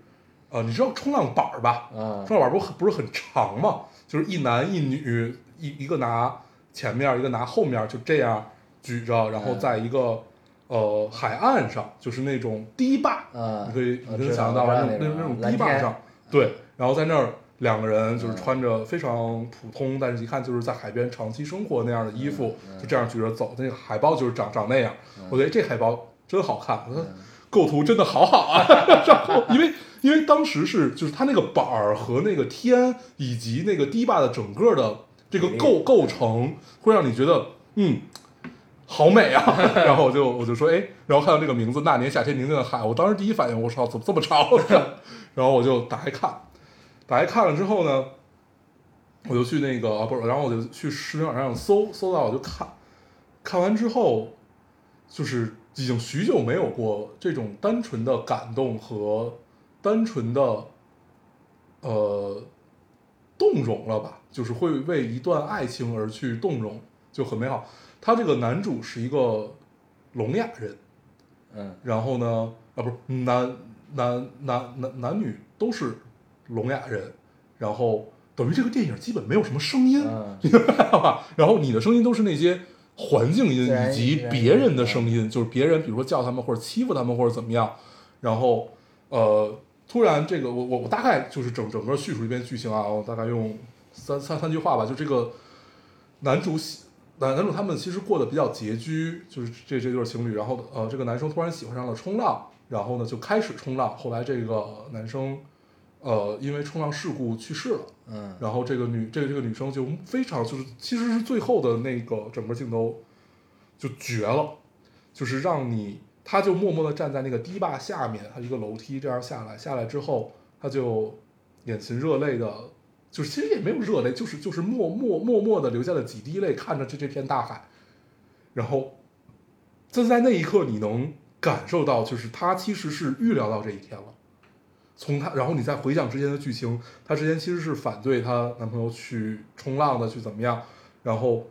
Speaker 2: 呃，你知道冲浪板儿吧？
Speaker 1: 嗯
Speaker 2: 冲浪板儿不是不是很长吗？就是一男一女，一一个拿前面，一个拿后面，就这样举着，然后
Speaker 1: 嗯
Speaker 2: 在一个、呃海岸上，就是那种堤坝，
Speaker 1: 嗯
Speaker 2: 你可以
Speaker 1: 我
Speaker 2: 你可以
Speaker 1: 知道
Speaker 2: 想
Speaker 1: 我
Speaker 2: 象到
Speaker 1: 知
Speaker 2: 吧
Speaker 1: 道那
Speaker 2: 那种那
Speaker 1: 种
Speaker 2: 种
Speaker 1: 蓝
Speaker 2: 堤坝
Speaker 1: 天嗯
Speaker 2: 上，对，然后在那儿两个人就是穿着非常普通，但是一看就是在海边长期生活那样的衣服，
Speaker 1: 嗯
Speaker 2: 就这样举着走。那个海报就是长长那样，我觉得这海报真好看，我说
Speaker 1: 嗯
Speaker 2: 构图真的好好啊。 然后因为因为当时是就是它那个板儿和那个天以及那个堤坝的整个的这个
Speaker 1: 比例
Speaker 2: 构构成，会让你觉得嗯。好美啊！ 然后我就我就说，哎，然后看到这个名字《那年夏天宁静的海》，我当时第一反应，我操，怎么这么长？ 然后我就打开看，打开看了之后呢，我就去那个啊不是，然后我就去视频网站上搜，搜到我就看，看完之后，就是已经许久没有过这种单纯的感动和单纯的呃动容了吧，就是会为一段爱情而去动容，就很美好。他这个男主是一个聋哑人，
Speaker 1: 嗯
Speaker 2: 然后呢，啊，不是男男男男男女都是聋哑人，然后等于这个电影基本没有什么声音，
Speaker 1: 嗯，
Speaker 2: 你明白吧？然后你的声音都是那些环境音
Speaker 1: 自然
Speaker 2: 以及
Speaker 1: 自然
Speaker 2: 别人
Speaker 1: 音
Speaker 2: 的声音，就是别人比如说叫他们或者欺负他们或者怎么样，然后呃，突然这个我我我大概就是整整个叙述一遍剧情啊，我大概用三三三句话吧，就这个男主喜男男主他们其实过得比较拮据，就是这这对情侣，然后呃这个男生突然喜欢上了冲浪，然后呢就开始冲浪，后来这个男生呃因为冲浪事故去世了。
Speaker 1: 嗯
Speaker 2: 然后这个女这个这个女生就非常就是其实是最后的那个整个镜头就绝了，就是让你她就默默地站在那个堤坝下面，她一个楼梯这样下来，下来之后她就眼噙热泪的，就是其实也没有热泪，就是就是默默默默的流下了几滴泪，看着这这片大海，然后就在那一刻你能感受到，就是她其实是预料到这一天了。从她，然后你再回想之前的剧情，她之前其实是反对她男朋友去冲浪的，去怎么样，然后，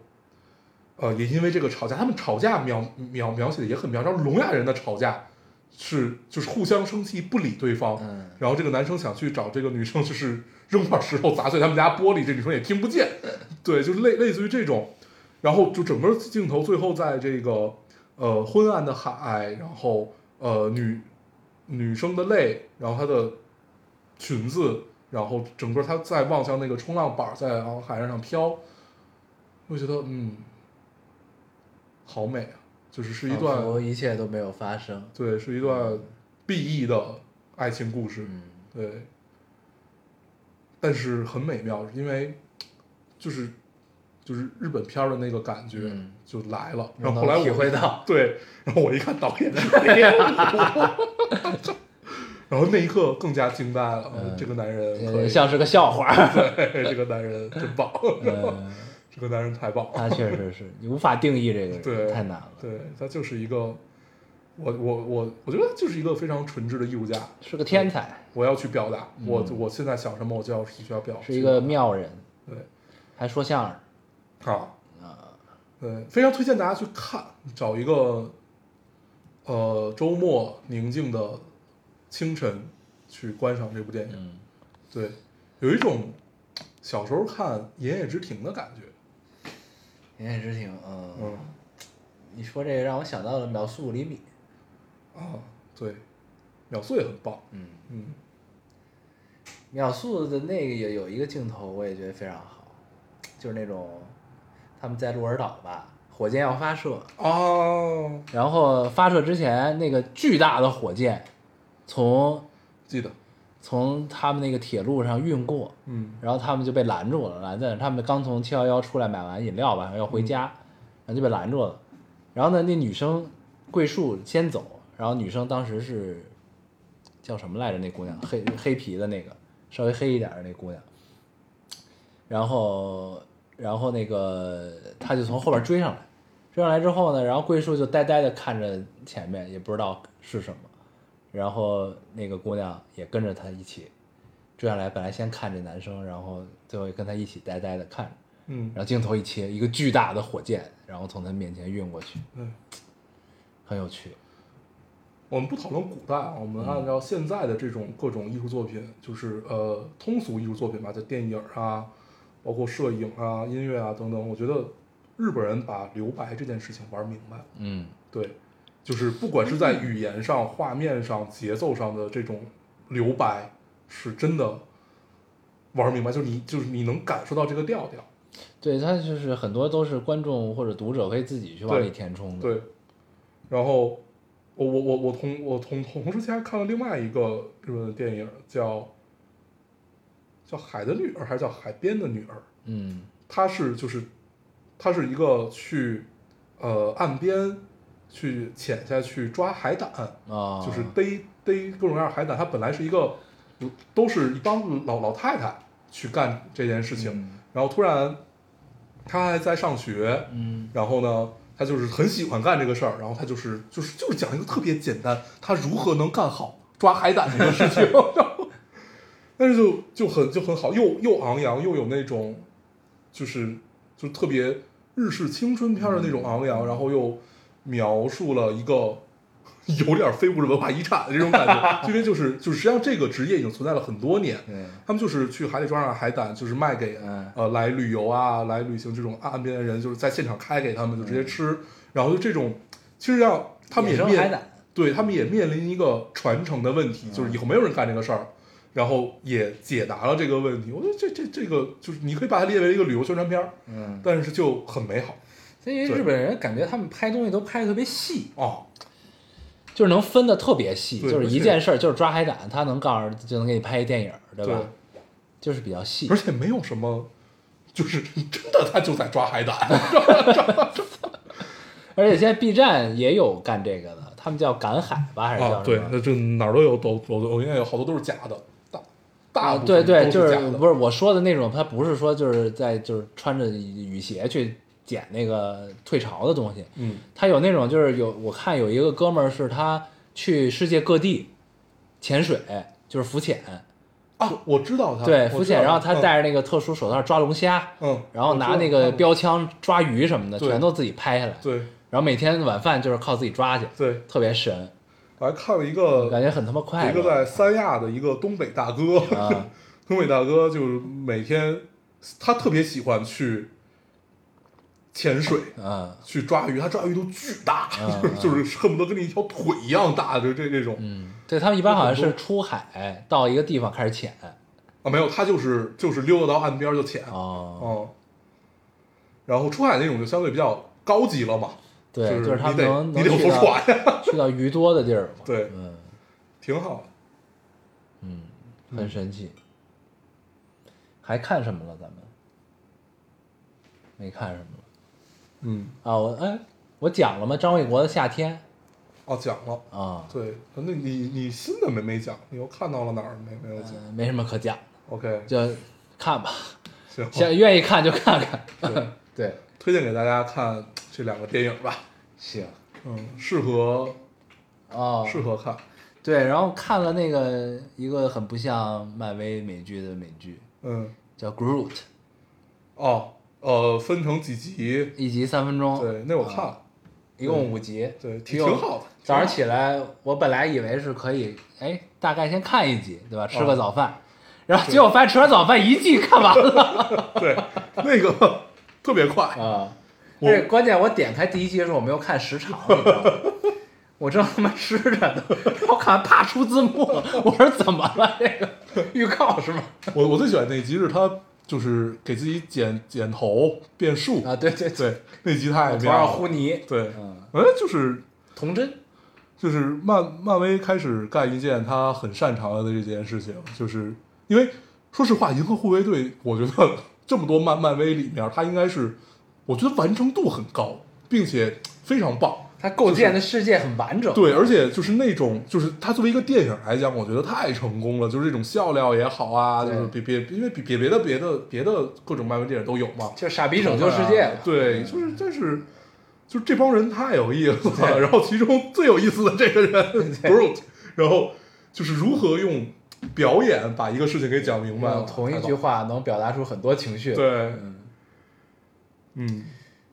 Speaker 2: 呃，也因为这个吵架，他们吵架描描描写的也很描，然后聋哑人的吵架是就是互相生气不理对方，
Speaker 1: 嗯
Speaker 2: 然后这个男生想去找这个女生，就是扔块石头砸碎他们家玻璃，这女生也听不见， 对，就类类似于这种，然后就整个镜头最后在这个呃昏暗的海，然后呃女女生的泪，然后她的裙子，然后整个她在望向那个冲浪板儿在往海浪上飘，我觉得嗯，好美啊，就是 是一段
Speaker 1: 仿佛一切都没有发生，
Speaker 2: 对，是一段 B E 的爱情故事，
Speaker 1: 嗯
Speaker 2: 对，但是很美妙，因为就是就是日本片儿的那个感觉
Speaker 1: 嗯
Speaker 2: 就来了。
Speaker 1: 能
Speaker 2: 然后后来我
Speaker 1: 体会到，
Speaker 2: 对，然后我一看导演是北野武， 然后那一刻更加惊呆了，哦
Speaker 1: 嗯
Speaker 2: 这个男人可
Speaker 1: 呃
Speaker 2: 以，
Speaker 1: 像是个笑话儿，
Speaker 2: 对， 这个男人真棒，
Speaker 1: 嗯，
Speaker 2: 这个男人太棒 了。
Speaker 1: 那确实是你无法定义这个人，
Speaker 2: 对，
Speaker 1: 太难了，
Speaker 2: 对他就是一个，我我我我觉得他就是一个非常纯质的艺术家。
Speaker 1: 是个天才，
Speaker 2: 我要去表达，我我现在想什么，我就要必须要表达。
Speaker 1: 嗯是一个妙人，
Speaker 2: 对
Speaker 1: 还说相声，
Speaker 2: 啊，对，非常推荐大家去看，找一个呃周末宁静的清晨去观赏这部电影。
Speaker 1: 嗯
Speaker 2: 对，有一种小时候看《言叶之庭》的感觉。
Speaker 1: 言叶之庭，嗯
Speaker 2: 嗯
Speaker 1: 你说这个让我想到了秒速五厘米，
Speaker 2: 啊，对，秒速也很棒。
Speaker 1: 嗯，
Speaker 2: 嗯，
Speaker 1: 秒速的那个也有一个镜头，我也觉得非常好，就是那种他们在鹿儿岛吧，火箭要发射，
Speaker 2: 哦，
Speaker 1: 然后发射之前那个巨大的火箭从
Speaker 2: 记得，
Speaker 1: 从他们那个铁路上运过，
Speaker 2: 嗯
Speaker 1: 然后他们就被拦住了，拦在那儿他们刚从七幺幺出来买完饮料吧，要回家，然后就被拦住了。然后呢，那女生桂树先走，然后女生当时是叫什么来着？那姑娘黑黑皮的那个，稍微黑一点的那姑娘。然后，然后那个他就从后边追上来，追上来之后呢，然后桂树就呆呆的看着前面，也不知道是什么。然后那个姑娘也跟着他一起追上来，本来先看这男生，然后最后跟他一起呆呆的看着，
Speaker 2: 嗯
Speaker 1: 然后镜头一切，一个巨大的火箭，然后从他面前运过去，
Speaker 2: 嗯，
Speaker 1: 很有趣。
Speaker 2: 我们不讨论古代啊，我们按照现在的这种各种艺术作品，就是呃通俗艺术作品吧，就电影啊，包括摄影啊、音乐啊等等，我觉得日本人把留白这件事情玩明白了。
Speaker 1: 嗯
Speaker 2: 对，就是不管是在语言上、画面上、节奏上的这种留白，是真的玩明白，就是你就是你能感受到这个调调。，
Speaker 1: 对他就是很多都是观众或者读者可以自己去往里填充的。，
Speaker 2: 对，然后我我我我同我同同时期还看了另外一个日本的电影，叫叫《海的女儿》还是叫《海边的女儿》？
Speaker 1: 嗯
Speaker 2: 它是就是它是一个去呃岸边去潜下去抓海胆，
Speaker 1: 啊，
Speaker 2: 就是逮逮各种各样的海胆。它本来是一个都是一帮老老太太去干这件事情，
Speaker 1: 嗯
Speaker 2: 然后突然她还在上学，
Speaker 1: 嗯
Speaker 2: 然后呢，她就是很喜欢干这个事儿，然后她就是就是就是讲一个特别简单，她如何能干好抓海胆这个事情， 然后但是就就很就很好，又又昂扬，又有那种就是就特别日式青春片的那种昂扬，然后又描述了一个。 有点非物质文化遗产的这种感觉，因为就是就是实际上这个职业已经存在了很多年，
Speaker 1: 对，
Speaker 2: 他们就是去海里抓上海胆，就是卖给
Speaker 1: 嗯
Speaker 2: 呃来旅游啊、来旅行这种岸边的人，就是在现场开给他们，就直接吃。然后就这种，其实让他们
Speaker 1: 嗯野
Speaker 2: 也
Speaker 1: 生海
Speaker 2: 面
Speaker 1: 胆嗯
Speaker 2: 对他们也面临一个传承的问题，就是以后没有人干这个事儿，然后也解答了这个问题。我觉得这这这个就是你可以把它列为一个旅游宣传片儿，
Speaker 1: 嗯，
Speaker 2: 但是就很美好
Speaker 1: 所以
Speaker 2: 对
Speaker 1: 日本人感觉他们拍东西都拍的特别细，
Speaker 2: 哦。
Speaker 1: 就是能分的特别细，
Speaker 2: 对
Speaker 1: 就是
Speaker 2: 而
Speaker 1: 一
Speaker 2: 且
Speaker 1: 件事儿，就是抓海胆，他能告诉就能给你拍一电影，对吧？就是比较细
Speaker 2: 而，且没有什么，就是真的他就在抓海胆，
Speaker 1: 而且现在 B 站也有干这个的，他们叫赶海吧，还是
Speaker 2: 啊，
Speaker 1: 叫什
Speaker 2: 对
Speaker 1: 么？，
Speaker 2: 那这哪儿都有抖抖抖音，有好多都是假的，大大
Speaker 1: 啊，
Speaker 2: 部
Speaker 1: 对
Speaker 2: 分
Speaker 1: 对，
Speaker 2: 都
Speaker 1: 就是
Speaker 2: 假
Speaker 1: 是
Speaker 2: 的。
Speaker 1: 不是我说的那种，他不是说就是在就是穿着雨鞋去捡那个退潮的东西，
Speaker 2: 嗯，
Speaker 1: 他有那种就是有我看有一个哥们儿是他去世界各地潜水，就是浮潜，
Speaker 2: 啊，我知道他，
Speaker 1: 对
Speaker 2: 我
Speaker 1: 浮
Speaker 2: 知道
Speaker 1: 潜，然后他
Speaker 2: 嗯
Speaker 1: 戴着那个特殊手套抓龙虾，
Speaker 2: 嗯，
Speaker 1: 然后拿
Speaker 2: 我知道
Speaker 1: 那个
Speaker 2: 嗯
Speaker 1: 标枪抓鱼什么的，
Speaker 2: 对
Speaker 1: 全都自己拍下来，
Speaker 2: 对
Speaker 1: 然后每天晚饭就是靠自己抓去，
Speaker 2: 对，
Speaker 1: 特别神，
Speaker 2: 我还看了一个
Speaker 1: 感觉很他妈快
Speaker 2: 一个
Speaker 1: 乐
Speaker 2: 在三亚的一个东北大哥，
Speaker 1: 啊
Speaker 2: 东北大哥就是每天他特别喜欢去潜水。
Speaker 1: 啊
Speaker 2: 去抓鱼，他抓鱼都巨大，
Speaker 1: 嗯
Speaker 2: 就是就是恨不得跟你一条腿一样大，就这这种、
Speaker 1: 嗯，对他们一般好像是出海到一个地方开始潜，
Speaker 2: 啊，没有，他就是就是溜达到岸边就潜，
Speaker 1: 哦，
Speaker 2: 哦，然后出海那种就相对比较高级了嘛，
Speaker 1: 对，
Speaker 2: 就是
Speaker 1: 他们
Speaker 2: 你得
Speaker 1: 能
Speaker 2: 你
Speaker 1: 能
Speaker 2: 得有
Speaker 1: 去
Speaker 2: 艘
Speaker 1: 到
Speaker 2: 船 呀，
Speaker 1: 去到鱼多的地儿嘛，
Speaker 2: 对
Speaker 1: 嗯
Speaker 2: 挺好的。
Speaker 1: 嗯，很神奇。还看什么了？咱们没看什么了
Speaker 2: 嗯，
Speaker 1: 啊？我哎，我讲了吗？张卫国的《夏天
Speaker 2: 哦，讲了，》
Speaker 1: 啊，
Speaker 2: 对，那你你新的没没讲，你又看到了哪儿没没有讲
Speaker 1: 嗯，没什么可讲的，
Speaker 2: ？OK，
Speaker 1: 就看 吧，
Speaker 2: 行，
Speaker 1: 想愿意看就看看。
Speaker 2: 对
Speaker 1: 对，
Speaker 2: 推荐给大家看这两个电影吧，
Speaker 1: 行
Speaker 2: 嗯，适合
Speaker 1: 哦，
Speaker 2: 适合看，
Speaker 1: 对，然后看了那个一个很不像漫威美剧的美剧，
Speaker 2: 嗯，
Speaker 1: 叫《Groot》，
Speaker 2: 哦，呃，分成几集，
Speaker 1: 一集三分钟，
Speaker 2: 对，那我看
Speaker 1: 啊
Speaker 2: 了，
Speaker 1: 一共五集，
Speaker 2: 对，挺
Speaker 1: 一共
Speaker 2: 挺好的。
Speaker 1: 早上起来，我本来以为是可以，哎，大概先看一集，对吧？
Speaker 2: 嗯
Speaker 1: 吃个早饭，然后结果发现吃完早饭一季看完了
Speaker 2: 对，那个 特别快，
Speaker 1: 啊！
Speaker 2: 我
Speaker 1: 而且关键我点开第一集的时候，我没有看时长，你知道吗？ 我正他妈吃着呢，然后看完啪出字幕，我说怎么了？这个预告是吗？
Speaker 2: 我我最喜欢那集是他就是给自己剪剪头变数
Speaker 1: 啊，对对，
Speaker 2: 对，那集太
Speaker 1: 头
Speaker 2: 妙了
Speaker 1: 上糊泥，
Speaker 2: 对，
Speaker 1: 嗯，
Speaker 2: 哎，就是
Speaker 1: 童真，
Speaker 2: 就是漫漫威开始干一件他很擅长的这件事情，就是因为说实话，银河护卫队，我觉得 这么多漫漫威里面，他应该是我觉得完成度很高，并且非常棒。
Speaker 1: 他构建的世界很完整，
Speaker 2: 对，而且就是那种，就是它作为一个电影来讲，我觉得太成功了，就是这种笑料也好啊，就是
Speaker 1: 对
Speaker 2: 别别，因为比别别的别的别的各种漫威电影都有嘛，
Speaker 1: 就傻逼拯救世界了，嗯
Speaker 2: 对，就是但是就是这帮人太有意思了。然后其中最有意思的这个人 Groot，然后就是如何用表演把一个事情给讲明白了
Speaker 1: 嗯，。同一句
Speaker 2: 太棒
Speaker 1: 话能表达出很多情绪，
Speaker 2: 了，对，嗯，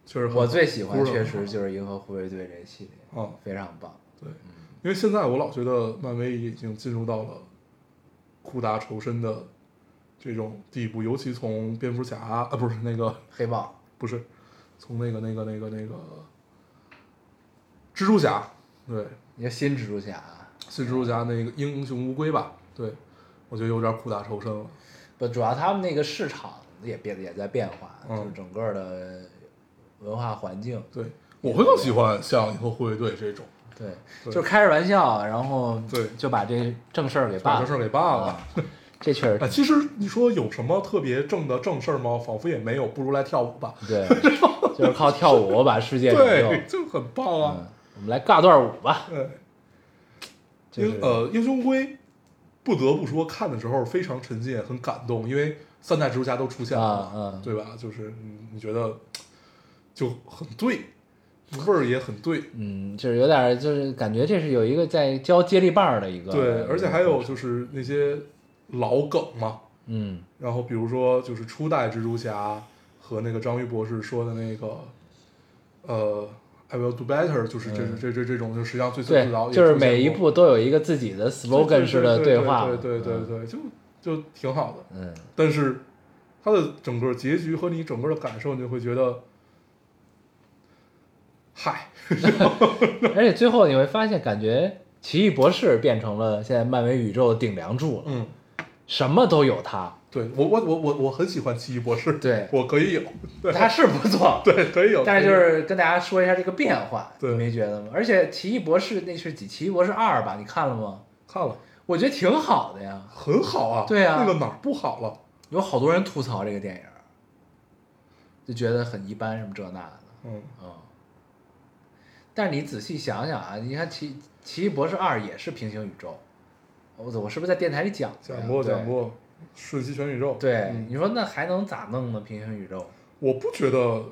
Speaker 2: 确实很
Speaker 1: 我最喜
Speaker 2: 哭
Speaker 1: 欢
Speaker 2: 了
Speaker 1: 确实就是《银河护卫队》这系列，
Speaker 2: 啊，
Speaker 1: 非常棒。
Speaker 2: 对，因为现在我老觉得漫威已经进入到了苦大仇深的这种地步，尤其从蝙蝠侠啊，不是那个
Speaker 1: 黑豹
Speaker 2: 不是，从那个那个那个那个蜘蛛侠，对，
Speaker 1: 你看新蜘蛛侠啊，
Speaker 2: 新蜘蛛侠那个英雄无归吧，对我觉得有点苦大仇深了。
Speaker 1: 不，主要他们那个市场也变也在变化，
Speaker 2: 嗯
Speaker 1: 就是整个的文化环境。
Speaker 2: 对，我会更喜欢像以后护卫队这种
Speaker 1: 对，
Speaker 2: 对
Speaker 1: 就开着玩笑，然后
Speaker 2: 对
Speaker 1: 就把这正事儿给
Speaker 2: 把
Speaker 1: 办
Speaker 2: 这事
Speaker 1: 了。
Speaker 2: 儿给办了。
Speaker 1: 啊，这确实
Speaker 2: 哎，其实你说有什么特别正的正事儿吗？仿佛也没有，不如来跳舞吧。
Speaker 1: 对，就是靠跳舞把世界拯
Speaker 2: 对，
Speaker 1: 救。
Speaker 2: 就很棒啊。
Speaker 1: 嗯，我们来尬段舞吧。
Speaker 2: 对，
Speaker 1: 就
Speaker 2: 英
Speaker 1: 是
Speaker 2: 呃，英雄龟不得不说，看的时候非常沉浸，很感动，因为三代蜘蛛侠都出现了
Speaker 1: 啊
Speaker 2: 嘛，
Speaker 1: 嗯，
Speaker 2: 对吧？就是你你觉得就很对，味儿也很对，
Speaker 1: 嗯，就是有点儿就是感觉这是有一个在教接力棒儿的一个
Speaker 2: 对，而且还有就是那些老梗嘛，
Speaker 1: 嗯
Speaker 2: 然后比如说就是初代蜘蛛侠和那个章鱼博士说的那个，呃。I will do better，就是这、
Speaker 1: 嗯
Speaker 2: 这这这种，就实际上最最
Speaker 1: 对
Speaker 2: 早，也
Speaker 1: 就是
Speaker 2: 出现
Speaker 1: 每一
Speaker 2: 过
Speaker 1: 部都有一个自己的 slogan 式的
Speaker 2: 对
Speaker 1: 话，
Speaker 2: 对对对对，就就挺好的。
Speaker 1: 嗯，嗯，
Speaker 2: 但是它的整个结局和你整个的感受，你就会觉得，嗨，
Speaker 1: 嗯而且最后你会发现，感觉奇异博士变成了现在漫威宇宙的顶梁柱了，
Speaker 2: 嗯，
Speaker 1: 什么都有他，
Speaker 2: 对我我我我我很喜欢奇异博士，
Speaker 1: 对
Speaker 2: 我可以有，对
Speaker 1: 他是不错，
Speaker 2: 对可以有，
Speaker 1: 但是
Speaker 2: 可
Speaker 1: 就
Speaker 2: 以有
Speaker 1: 是跟大家说一下这个变化，
Speaker 2: 对
Speaker 1: 你没觉得吗？而且奇异博士那是几？奇异博士二吧？你看了吗？
Speaker 2: 看了
Speaker 1: 我觉得挺好的呀，
Speaker 2: 很好啊，
Speaker 1: 对啊
Speaker 2: 那个哪儿不好了？
Speaker 1: 有好多人吐槽这个电影儿，就觉得很一般，什么这那的。
Speaker 2: 嗯，
Speaker 1: 嗯，但是你仔细想想啊，你看奇《奇异博士二》也是平行宇宙，我我是不是在电台里讲的呀
Speaker 2: 讲过
Speaker 1: 对
Speaker 2: 讲过，瞬息全宇宙，
Speaker 1: 对，
Speaker 2: 嗯
Speaker 1: 你说那还能咋弄呢？平行宇宙，
Speaker 2: 我不觉得，我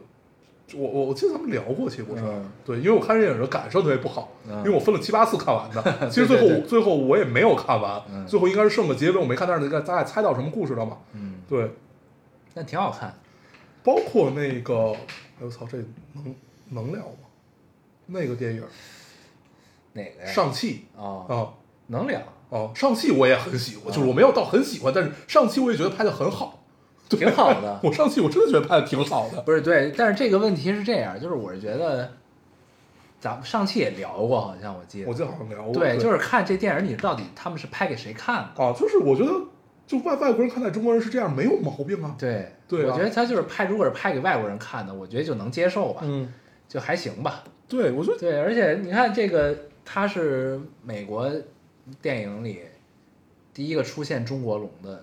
Speaker 2: 我我记得咱们聊过奇异博士，
Speaker 1: 嗯
Speaker 2: 对，因为我看这电影的感受特别不好，
Speaker 1: 嗯
Speaker 2: 因为我分了七八次看完 的。其实最后
Speaker 1: 对对对
Speaker 2: 最后我也没有看完，
Speaker 1: 嗯
Speaker 2: 最后应该是剩个结尾我没看，但是咱咱俩猜到什么故事了嘛？
Speaker 1: 嗯，
Speaker 2: 对，
Speaker 1: 那挺好看。
Speaker 2: 包括那个，哎我操，这能能聊吗？那个电影
Speaker 1: 哪个
Speaker 2: 《
Speaker 1: 呀？
Speaker 2: 上汽》
Speaker 1: 哦，
Speaker 2: 啊
Speaker 1: 能聊，
Speaker 2: 哦，《上汽》我也很喜欢，就是
Speaker 1: 啊
Speaker 2: 我没有到很喜欢，但是《上汽》我也觉得拍的很好，对
Speaker 1: 挺好的
Speaker 2: 我《上汽》我真的觉得拍的挺好的，
Speaker 1: 不是对，但是这个问题是这样，就是我是觉得，咱们上期也聊过，好像我记得，
Speaker 2: 我记得好像聊过。
Speaker 1: 对，
Speaker 2: 对，
Speaker 1: 就是看这电影，你到底他们是拍给谁看的？
Speaker 2: 啊，就是我觉得，就外外国人看待中国人是这样，没有毛病啊。
Speaker 1: 对，
Speaker 2: 对啊
Speaker 1: 我觉得他就是拍，如果是拍给外国人看的，我觉得就能接受吧，
Speaker 2: 嗯，
Speaker 1: 就还行吧。
Speaker 2: 对，我觉得
Speaker 1: 对，而且你看这个，他是美国电影里第一个出现中国龙的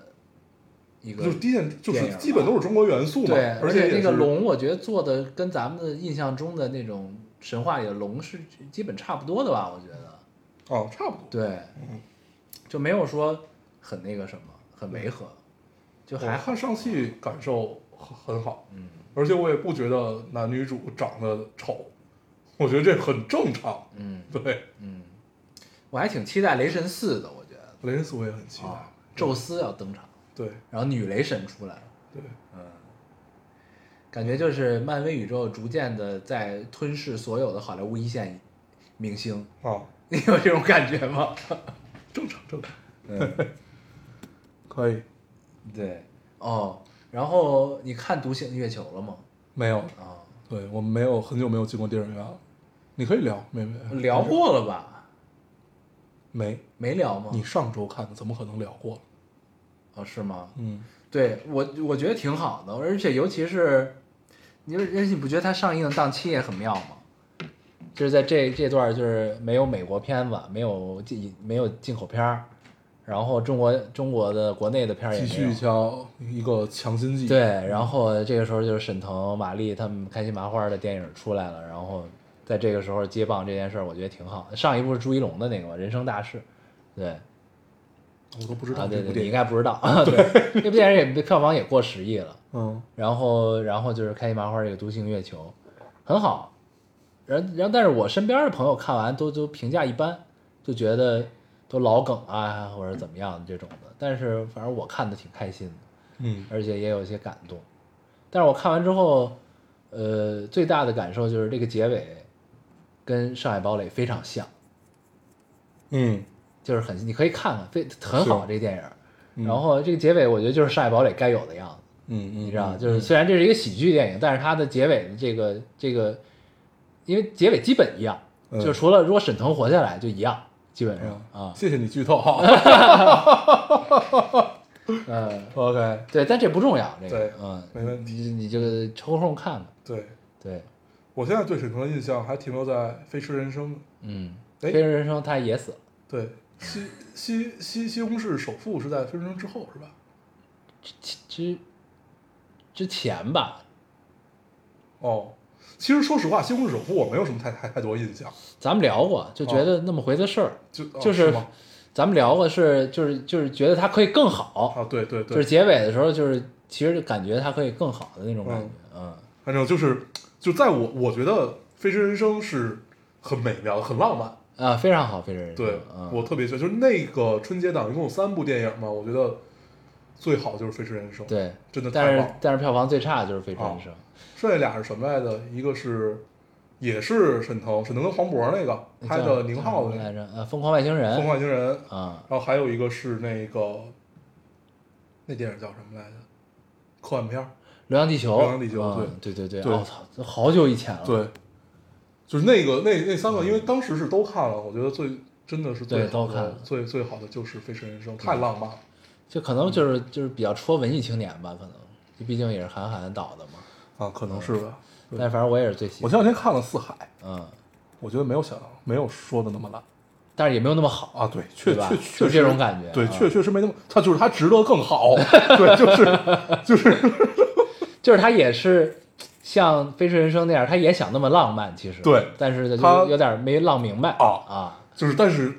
Speaker 1: 一个
Speaker 2: 就是，第一件就
Speaker 1: 电
Speaker 2: 是
Speaker 1: 影
Speaker 2: 基本都是中国元素嘛，
Speaker 1: 对，
Speaker 2: 而
Speaker 1: 且
Speaker 2: 也
Speaker 1: 那个
Speaker 2: 是，
Speaker 1: 龙，我觉得做的跟咱们的印象中的那种神话里的龙是基本差不多的吧？我觉得，
Speaker 2: 哦，差不多，
Speaker 1: 对，
Speaker 2: 嗯
Speaker 1: 就没有说很那个什么，很违
Speaker 2: 嗯
Speaker 1: 和，就
Speaker 2: 我
Speaker 1: 还好
Speaker 2: 看，上戏感受很很好，嗯，而且我也不觉得男女主长得丑，我觉得这很正常，
Speaker 1: 嗯，
Speaker 2: 对，
Speaker 1: 我还挺期待雷神四的，我觉得
Speaker 2: 雷神四我也很期待
Speaker 1: 啊，，宙斯要登场，
Speaker 2: 对
Speaker 1: 然后女雷神出来了。
Speaker 2: 对，
Speaker 1: 感觉就是漫威宇宙逐渐的在吞噬所有的好莱坞一线明星，
Speaker 2: 啊，
Speaker 1: 你有这种感觉吗？
Speaker 2: 正常正常，
Speaker 1: 嗯，
Speaker 2: 可以，
Speaker 1: 对，哦，然后你看《独行月球》了吗？
Speaker 2: 没有，
Speaker 1: 啊、
Speaker 2: 对我们没有很久没有进过电影院了，你可以聊，没没
Speaker 1: 聊过了吧？
Speaker 2: 没？
Speaker 1: 没聊吗？嗯
Speaker 2: 你上周看的，怎么可能聊过？
Speaker 1: 哦，是吗？
Speaker 2: 嗯，
Speaker 1: 对我我觉得挺好的，而且尤其是，你就而且你不觉得它上映的档期也很妙吗？就是在这这段儿就是没有美国片子，没有进没有进口片儿，然后中国中国的国内的片儿也
Speaker 2: 继
Speaker 1: 没
Speaker 2: 续
Speaker 1: 有。
Speaker 2: 像一个强心剂。
Speaker 1: 对，，然后这个时候就是沈腾、马丽他们开心麻花的电影出来了，然后在这个时候接棒这件事儿，我觉得挺好的。上一部是朱一龙的那个嘛《人生大事》，对，
Speaker 2: 我都不知
Speaker 1: 啊
Speaker 2: 道
Speaker 1: 对
Speaker 2: 这
Speaker 1: 对，
Speaker 2: 部
Speaker 1: 你
Speaker 2: 电
Speaker 1: 应
Speaker 2: 影。
Speaker 1: 该不知 道，对，那部电影也票房也过十亿了。
Speaker 2: 嗯，
Speaker 1: 然后然后就是开心麻花这个《独行月球》，很好。然然后，但是我身边的朋友看完都都评价一般，就觉得都老梗啊，或者怎么样的这种的。但是反正我看的挺开心的，
Speaker 2: 嗯，
Speaker 1: 而且也有一些感动。但是我看完之后，呃，最大的感受就是这个结尾跟《上海堡垒》非常像，
Speaker 2: 嗯，
Speaker 1: 就是很你可以看看，非很好
Speaker 2: 是
Speaker 1: 这个电影儿。
Speaker 2: 嗯
Speaker 1: 然后这个结尾，我觉得就是《上海堡垒》该有的样子。
Speaker 2: 嗯，
Speaker 1: 你
Speaker 2: 你
Speaker 1: 知道，就是虽然这是一个喜剧电影，但是它的结尾的这个这个，因为结尾基本一样，
Speaker 2: 嗯
Speaker 1: 就除了如果沈腾活下来就一样，基本上啊，
Speaker 2: 谢谢你剧透哈。
Speaker 1: 嗯，
Speaker 2: OK，
Speaker 1: 对，但这不重要，这个
Speaker 2: 对，
Speaker 1: 嗯，
Speaker 2: 没问题
Speaker 1: 你你就抽空看看，
Speaker 2: 对
Speaker 1: 对，
Speaker 2: 我现在对沈腾的印象还停留在《飞驰人生》。
Speaker 1: 嗯，飞
Speaker 2: 哎
Speaker 1: 驰人生他也死了，
Speaker 2: 对，西西西西红柿首富是在《飞驰人生》之后是吧？
Speaker 1: 之之之前吧，
Speaker 2: 哦，其实说实话，《西红柿首富》我没有什么太太太多印象，
Speaker 1: 咱们聊过，就觉得那么回的事儿，
Speaker 2: 就哦
Speaker 1: 就是是
Speaker 2: 吗
Speaker 1: 咱们聊过是就是就是觉得它可以更好，
Speaker 2: 啊，对对
Speaker 1: 就是
Speaker 2: 对，
Speaker 1: 结尾的时候就是其实感觉它可以更好的那种感觉，嗯
Speaker 2: 反正就是就在我我觉得《飞驰人生》是很美妙的，很浪漫。
Speaker 1: 啊，非常好，非常人生
Speaker 2: 对，
Speaker 1: 嗯、
Speaker 2: 我特别喜欢，就是那个春节档一共有三部电影嘛，我觉得最好就是《飞驰人生》，，
Speaker 1: 对，
Speaker 2: 真的
Speaker 1: 但
Speaker 2: 太棒
Speaker 1: 是
Speaker 2: 了。哦
Speaker 1: 但是票房最差的就是《飞驰人生》
Speaker 2: 剩下俩是什么来着？一个是也是沈腾，沈腾跟黄渤那个
Speaker 1: 那
Speaker 2: 拍
Speaker 1: 叫
Speaker 2: 的宁浩
Speaker 1: 叫什么
Speaker 2: 的那
Speaker 1: 来
Speaker 2: 个
Speaker 1: 着？呃，《疯狂外星
Speaker 2: 《
Speaker 1: 人
Speaker 2: 疯》狂外星人》，
Speaker 1: 啊，
Speaker 2: 然后还有一个是那个那电影叫什么来着？科幻片儿。
Speaker 1: 《流浪地球》
Speaker 2: 流浪地球
Speaker 1: 嗯对对对
Speaker 2: 对
Speaker 1: 我操，这好久以前了，
Speaker 2: 对，就是那个那那三个，因为当时是都看了，我觉得最真的是最
Speaker 1: 对都
Speaker 2: 好的
Speaker 1: 看了嗯
Speaker 2: 最最好的就是《飞驰人生》，太浪漫了。
Speaker 1: 就可能就是就是比较戳文艺青年吧，可能，就毕竟也是韩寒导的嘛，
Speaker 2: 啊，可
Speaker 1: 嗯
Speaker 2: 能是吧。
Speaker 1: 但反正我也是最喜
Speaker 2: 我
Speaker 1: 欢，
Speaker 2: 前两天看了《四海》，
Speaker 1: 嗯，
Speaker 2: 我觉得没有想没有说的那么烂
Speaker 1: 但是也没有那么好，
Speaker 2: 啊，对，
Speaker 1: 对
Speaker 2: 确
Speaker 1: 吧
Speaker 2: 确
Speaker 1: 就
Speaker 2: 确实
Speaker 1: 这种感觉
Speaker 2: 对，
Speaker 1: 啊
Speaker 2: 确确实没那么，他就是他值得更好，对，就是就是
Speaker 1: 就是他也是。像《飞驰人生》那样，他也想那么浪漫，其实
Speaker 2: 对
Speaker 1: 但是
Speaker 2: 他
Speaker 1: 就有点没浪明白
Speaker 2: 啊
Speaker 1: 啊，
Speaker 2: 就是，但是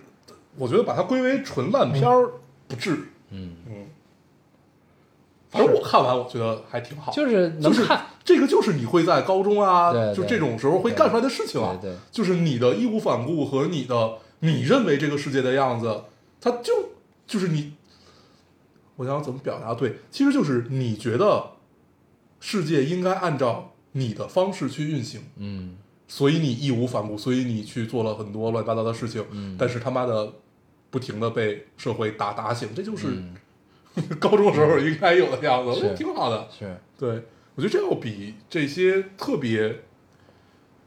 Speaker 2: 我觉得把它归为纯烂片儿不至于，
Speaker 1: 嗯
Speaker 2: 嗯，反正我看完我觉得还挺好，
Speaker 1: 就是能
Speaker 2: 哦就是
Speaker 1: 看，
Speaker 2: 这个，就是你会在高中啊，
Speaker 1: 对
Speaker 2: 就
Speaker 1: 对
Speaker 2: 这种时候会干出来的事情啊，
Speaker 1: 对对
Speaker 2: 就是你的义无反顾和你的你认为这个世界的样子，它就就是你，我想怎么表达对，其实就是你觉得世界应该按照你的方式去运行，
Speaker 1: 嗯，
Speaker 2: 所以你义无反顾，所以你去做了很多乱七八糟的事情，嗯、但是他妈的不停的被社会打打醒，这就是、 高中时候应该有的样子，我觉得
Speaker 1: 嗯是
Speaker 2: 挺好的。
Speaker 1: 是，
Speaker 2: 对，我觉得这要比这些特别，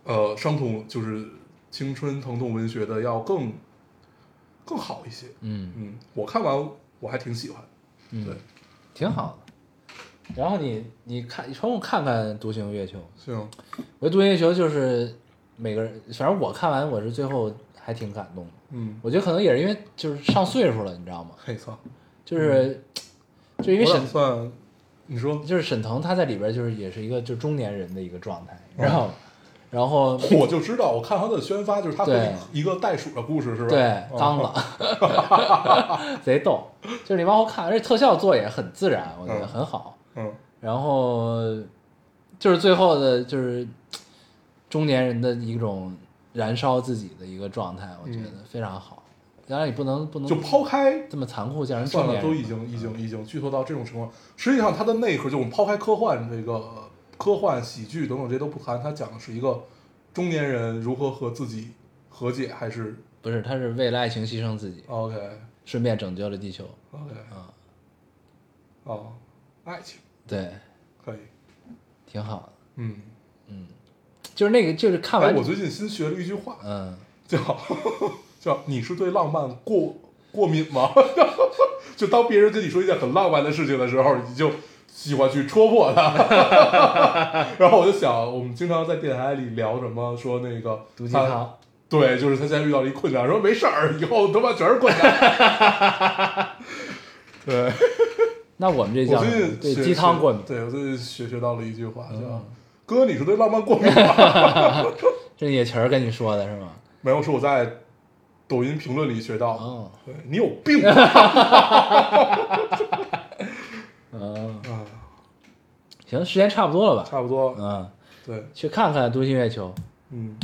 Speaker 2: 呃，伤痛就是青春疼痛文学的要更更好一些。
Speaker 1: 嗯。
Speaker 2: 嗯，我看完我还挺喜欢。
Speaker 1: 嗯
Speaker 2: 对，
Speaker 1: 挺好的。然后你你看，你抽空看看《独行月球》。
Speaker 2: 行，
Speaker 1: 我觉得《独行月球》就是每个人，反正我看完我是最后还挺感动的。
Speaker 2: 嗯，
Speaker 1: 我觉得可能也是因为就是上岁数了，你知道吗？
Speaker 2: 嘿操，
Speaker 1: 就是、就因为
Speaker 2: 嗯我
Speaker 1: 沈
Speaker 2: 打算你说
Speaker 1: 就是沈腾他在里边就是也是一个就中年人的一个状态，
Speaker 2: 哦
Speaker 1: 然后、然后
Speaker 2: 我就知道，我看他的宣发就是他和
Speaker 1: 对
Speaker 2: 一个袋鼠的故事是吧？
Speaker 1: 对
Speaker 2: 嗯
Speaker 1: 刚了， 贼逗。就是你往后看，而且特效做也很自然，我觉得
Speaker 2: 嗯
Speaker 1: 很好。
Speaker 2: 嗯
Speaker 1: 然后就是最后的，就是中年人的一种燃烧自己的一个状态，我觉得非常好。当然，你不能不能
Speaker 2: 嗯就抛开
Speaker 1: 这么残酷，叫人
Speaker 2: 算
Speaker 1: 中
Speaker 2: 了，
Speaker 1: 年
Speaker 2: 都
Speaker 1: 人
Speaker 2: 已经已经已经剧透到这种情况。实际上，它的内核就我们抛开科幻这个科幻喜剧等等这些都不谈，它讲的是一个中年人如何和自己和解，还是
Speaker 1: 不是，他是为了爱情牺牲自己，
Speaker 2: OK
Speaker 1: 顺便拯救了地球。
Speaker 2: OK
Speaker 1: 啊
Speaker 2: 哦，爱情
Speaker 1: 对，
Speaker 2: 可以，
Speaker 1: 挺好的。
Speaker 2: 嗯。
Speaker 1: 就是那个，就是看
Speaker 2: 哎，
Speaker 1: 完
Speaker 2: 我，最近新学了一句话，
Speaker 1: 嗯，
Speaker 2: 叫叫你是对浪漫过过敏吗？ 就当别人跟你说一件很浪漫的事情的时候，你就喜欢去戳破它。 然后我就想，我们经常在电台里聊什么，说那个
Speaker 1: 毒鸡
Speaker 2: 他
Speaker 1: 汤，
Speaker 2: 对，就是他现在遇到了一困难，说没事儿，以后他妈全是困难。 对，
Speaker 1: 那我们这
Speaker 2: 我
Speaker 1: 叫
Speaker 2: 最
Speaker 1: 什么
Speaker 2: 近
Speaker 1: 对
Speaker 2: 学
Speaker 1: 鸡汤过敏嗯
Speaker 2: 学，对我最近学学到了一句话，叫、哥，你是对浪漫过敏吗？
Speaker 1: 这野琴儿跟你说的是吗？
Speaker 2: 没有，是我在抖音评论里学到的。
Speaker 1: 哦，
Speaker 2: 对你有病啊吧？
Speaker 1: 嗯，
Speaker 2: 啊，
Speaker 1: 行，时间差不多了吧？
Speaker 2: 差不多。
Speaker 1: 嗯，
Speaker 2: 对，
Speaker 1: 去看看《独行月球》。
Speaker 2: 嗯，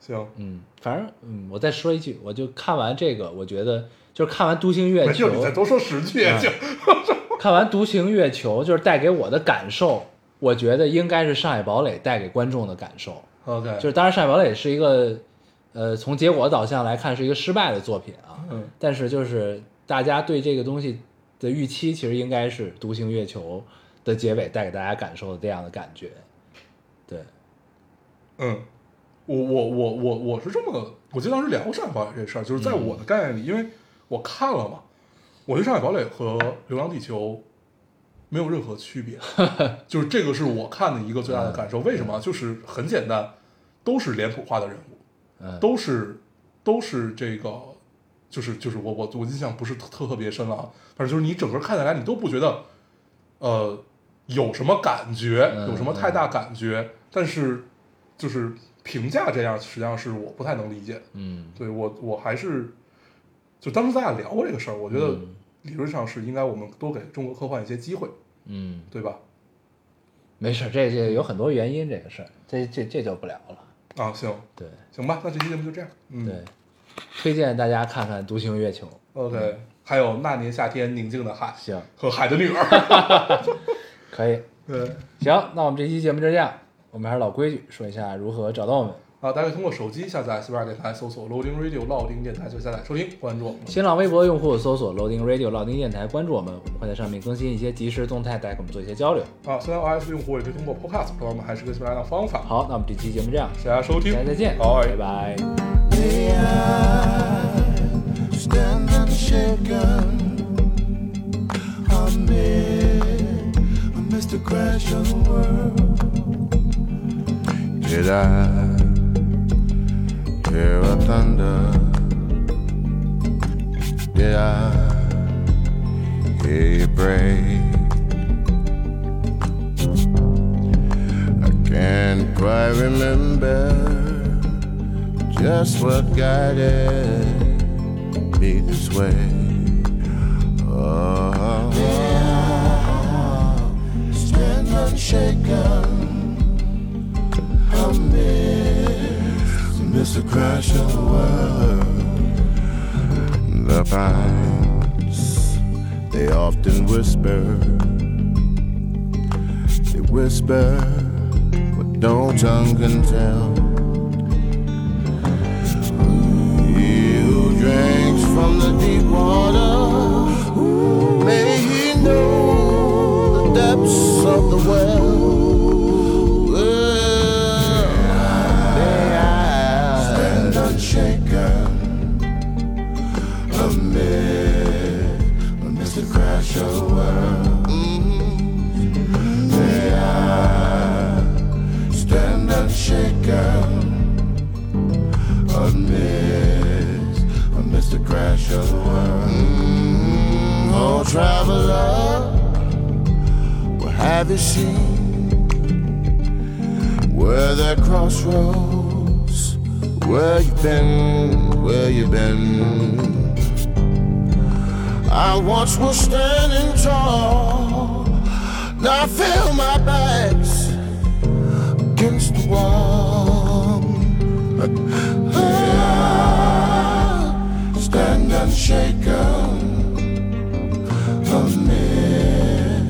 Speaker 2: 行，
Speaker 1: 嗯，反正嗯，我再说一句，我就看完这个，我觉得就是看完《独行月
Speaker 2: 没
Speaker 1: 球
Speaker 2: 事，你再》，多说十句
Speaker 1: 嗯
Speaker 2: 就。
Speaker 1: 看完《独行月球》，就是带给我的感受，我觉得应该是上海堡垒带给观众的感受。
Speaker 2: OK，
Speaker 1: 就是当然，上海堡垒是一个，呃，从结果导向来看是一个失败的作品啊。
Speaker 2: 嗯
Speaker 1: 但是就是大家对这个东西的预期，其实应该是《独行月球》的结尾带给大家感受的这样的感觉。对，
Speaker 2: 嗯，我我我我我是这么，我记得当时聊上海堡垒这事儿，就是在我的概念里，因为我看了嘛，我觉得上海堡垒和《流浪地球》没有任何区 别，就是这个是我看的一个最大的感受。为什么？就是很简单，都是脸谱化的人物，
Speaker 1: 嗯，
Speaker 2: 都是都是这个，就是就是我我我印象不是特特别深了啊，反正就是你整个看下来，你都不觉得，呃，有什么感觉，
Speaker 1: 嗯
Speaker 2: 有什么太大感觉，但是就是评价这样，实际上是我不太能理解的。
Speaker 1: 嗯，
Speaker 2: 对我我还是就当时咱俩聊过这个事儿，我觉得
Speaker 1: 嗯
Speaker 2: 理论上是应该我们多给中国科幻一些机会，
Speaker 1: 嗯，
Speaker 2: 对吧？
Speaker 1: 没事儿，这这有很多原因，这个事儿，这这这就不聊了。
Speaker 2: 啊，行
Speaker 1: 对
Speaker 2: 行吧，那这期节目就这样。嗯
Speaker 1: 对，推荐大家看看《独行月球》。
Speaker 2: ，OK，还有那年夏天宁静的海
Speaker 1: 嗯行，
Speaker 2: 和海的女儿。
Speaker 1: 可以。
Speaker 2: 对。
Speaker 1: 行，那我们这期节目就这样。我们还是老规矩，说一下如何找到我们。
Speaker 2: 啊，大家可以通过手机下载喜马拉雅电台，搜索 Loading Radio 老丁电台就下载收听，关注我们。
Speaker 1: 新浪微博用户搜索 Loading Radio 老丁电台，关注我们，我们会在上面更新一些即时动态，大家跟我们做一些交流。
Speaker 2: 啊，虽然 iOS 用户也可以通过 Podcast 找我们，还是个喜马拉雅的方法。
Speaker 1: 好，那我们这期节目这样，
Speaker 2: 大家收听，
Speaker 1: 大家再见，
Speaker 2: 好，
Speaker 1: 拜拜。
Speaker 3: They are standing shaken. I made a Mr. Crash on the world. Did I hear a thunder? Did I hear you pray? I can't quite remember just what guided me this way. Oh, stand unshaken. Amidst the crash of the world, the pines they often whisper. They whisper what no tongue can tell. He who drinks from the deep water, may he know the depths of the well. Well, May I stand unshaken amid amidst the crash of the world. May I stand unshaken amidst, amidst the crash of the world. Mm, oh, traveler, what have you seen? Were there crossroads? Where you been? Where you been? I once was standing tall. Now I feel my back's against the wall. Ah, Stand unshaken amid,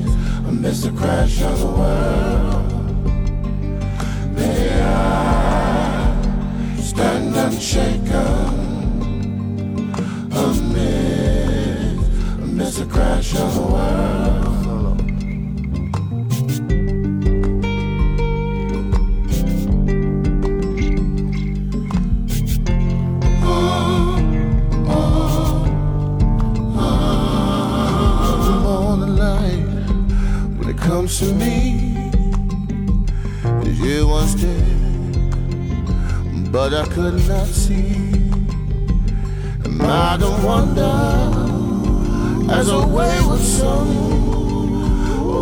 Speaker 3: amidst the crash of the world. May I stand unshaken amid, amidst the crash of the world. Oh, to me as you once did, but I could not see. And I don't wonder, as a wayward song,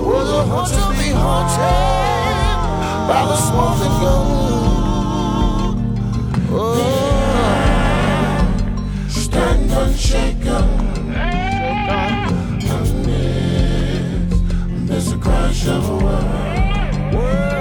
Speaker 3: was a heart to be haunted by the smoke and gun. Oh, stand unshaken amidst this crash of a world.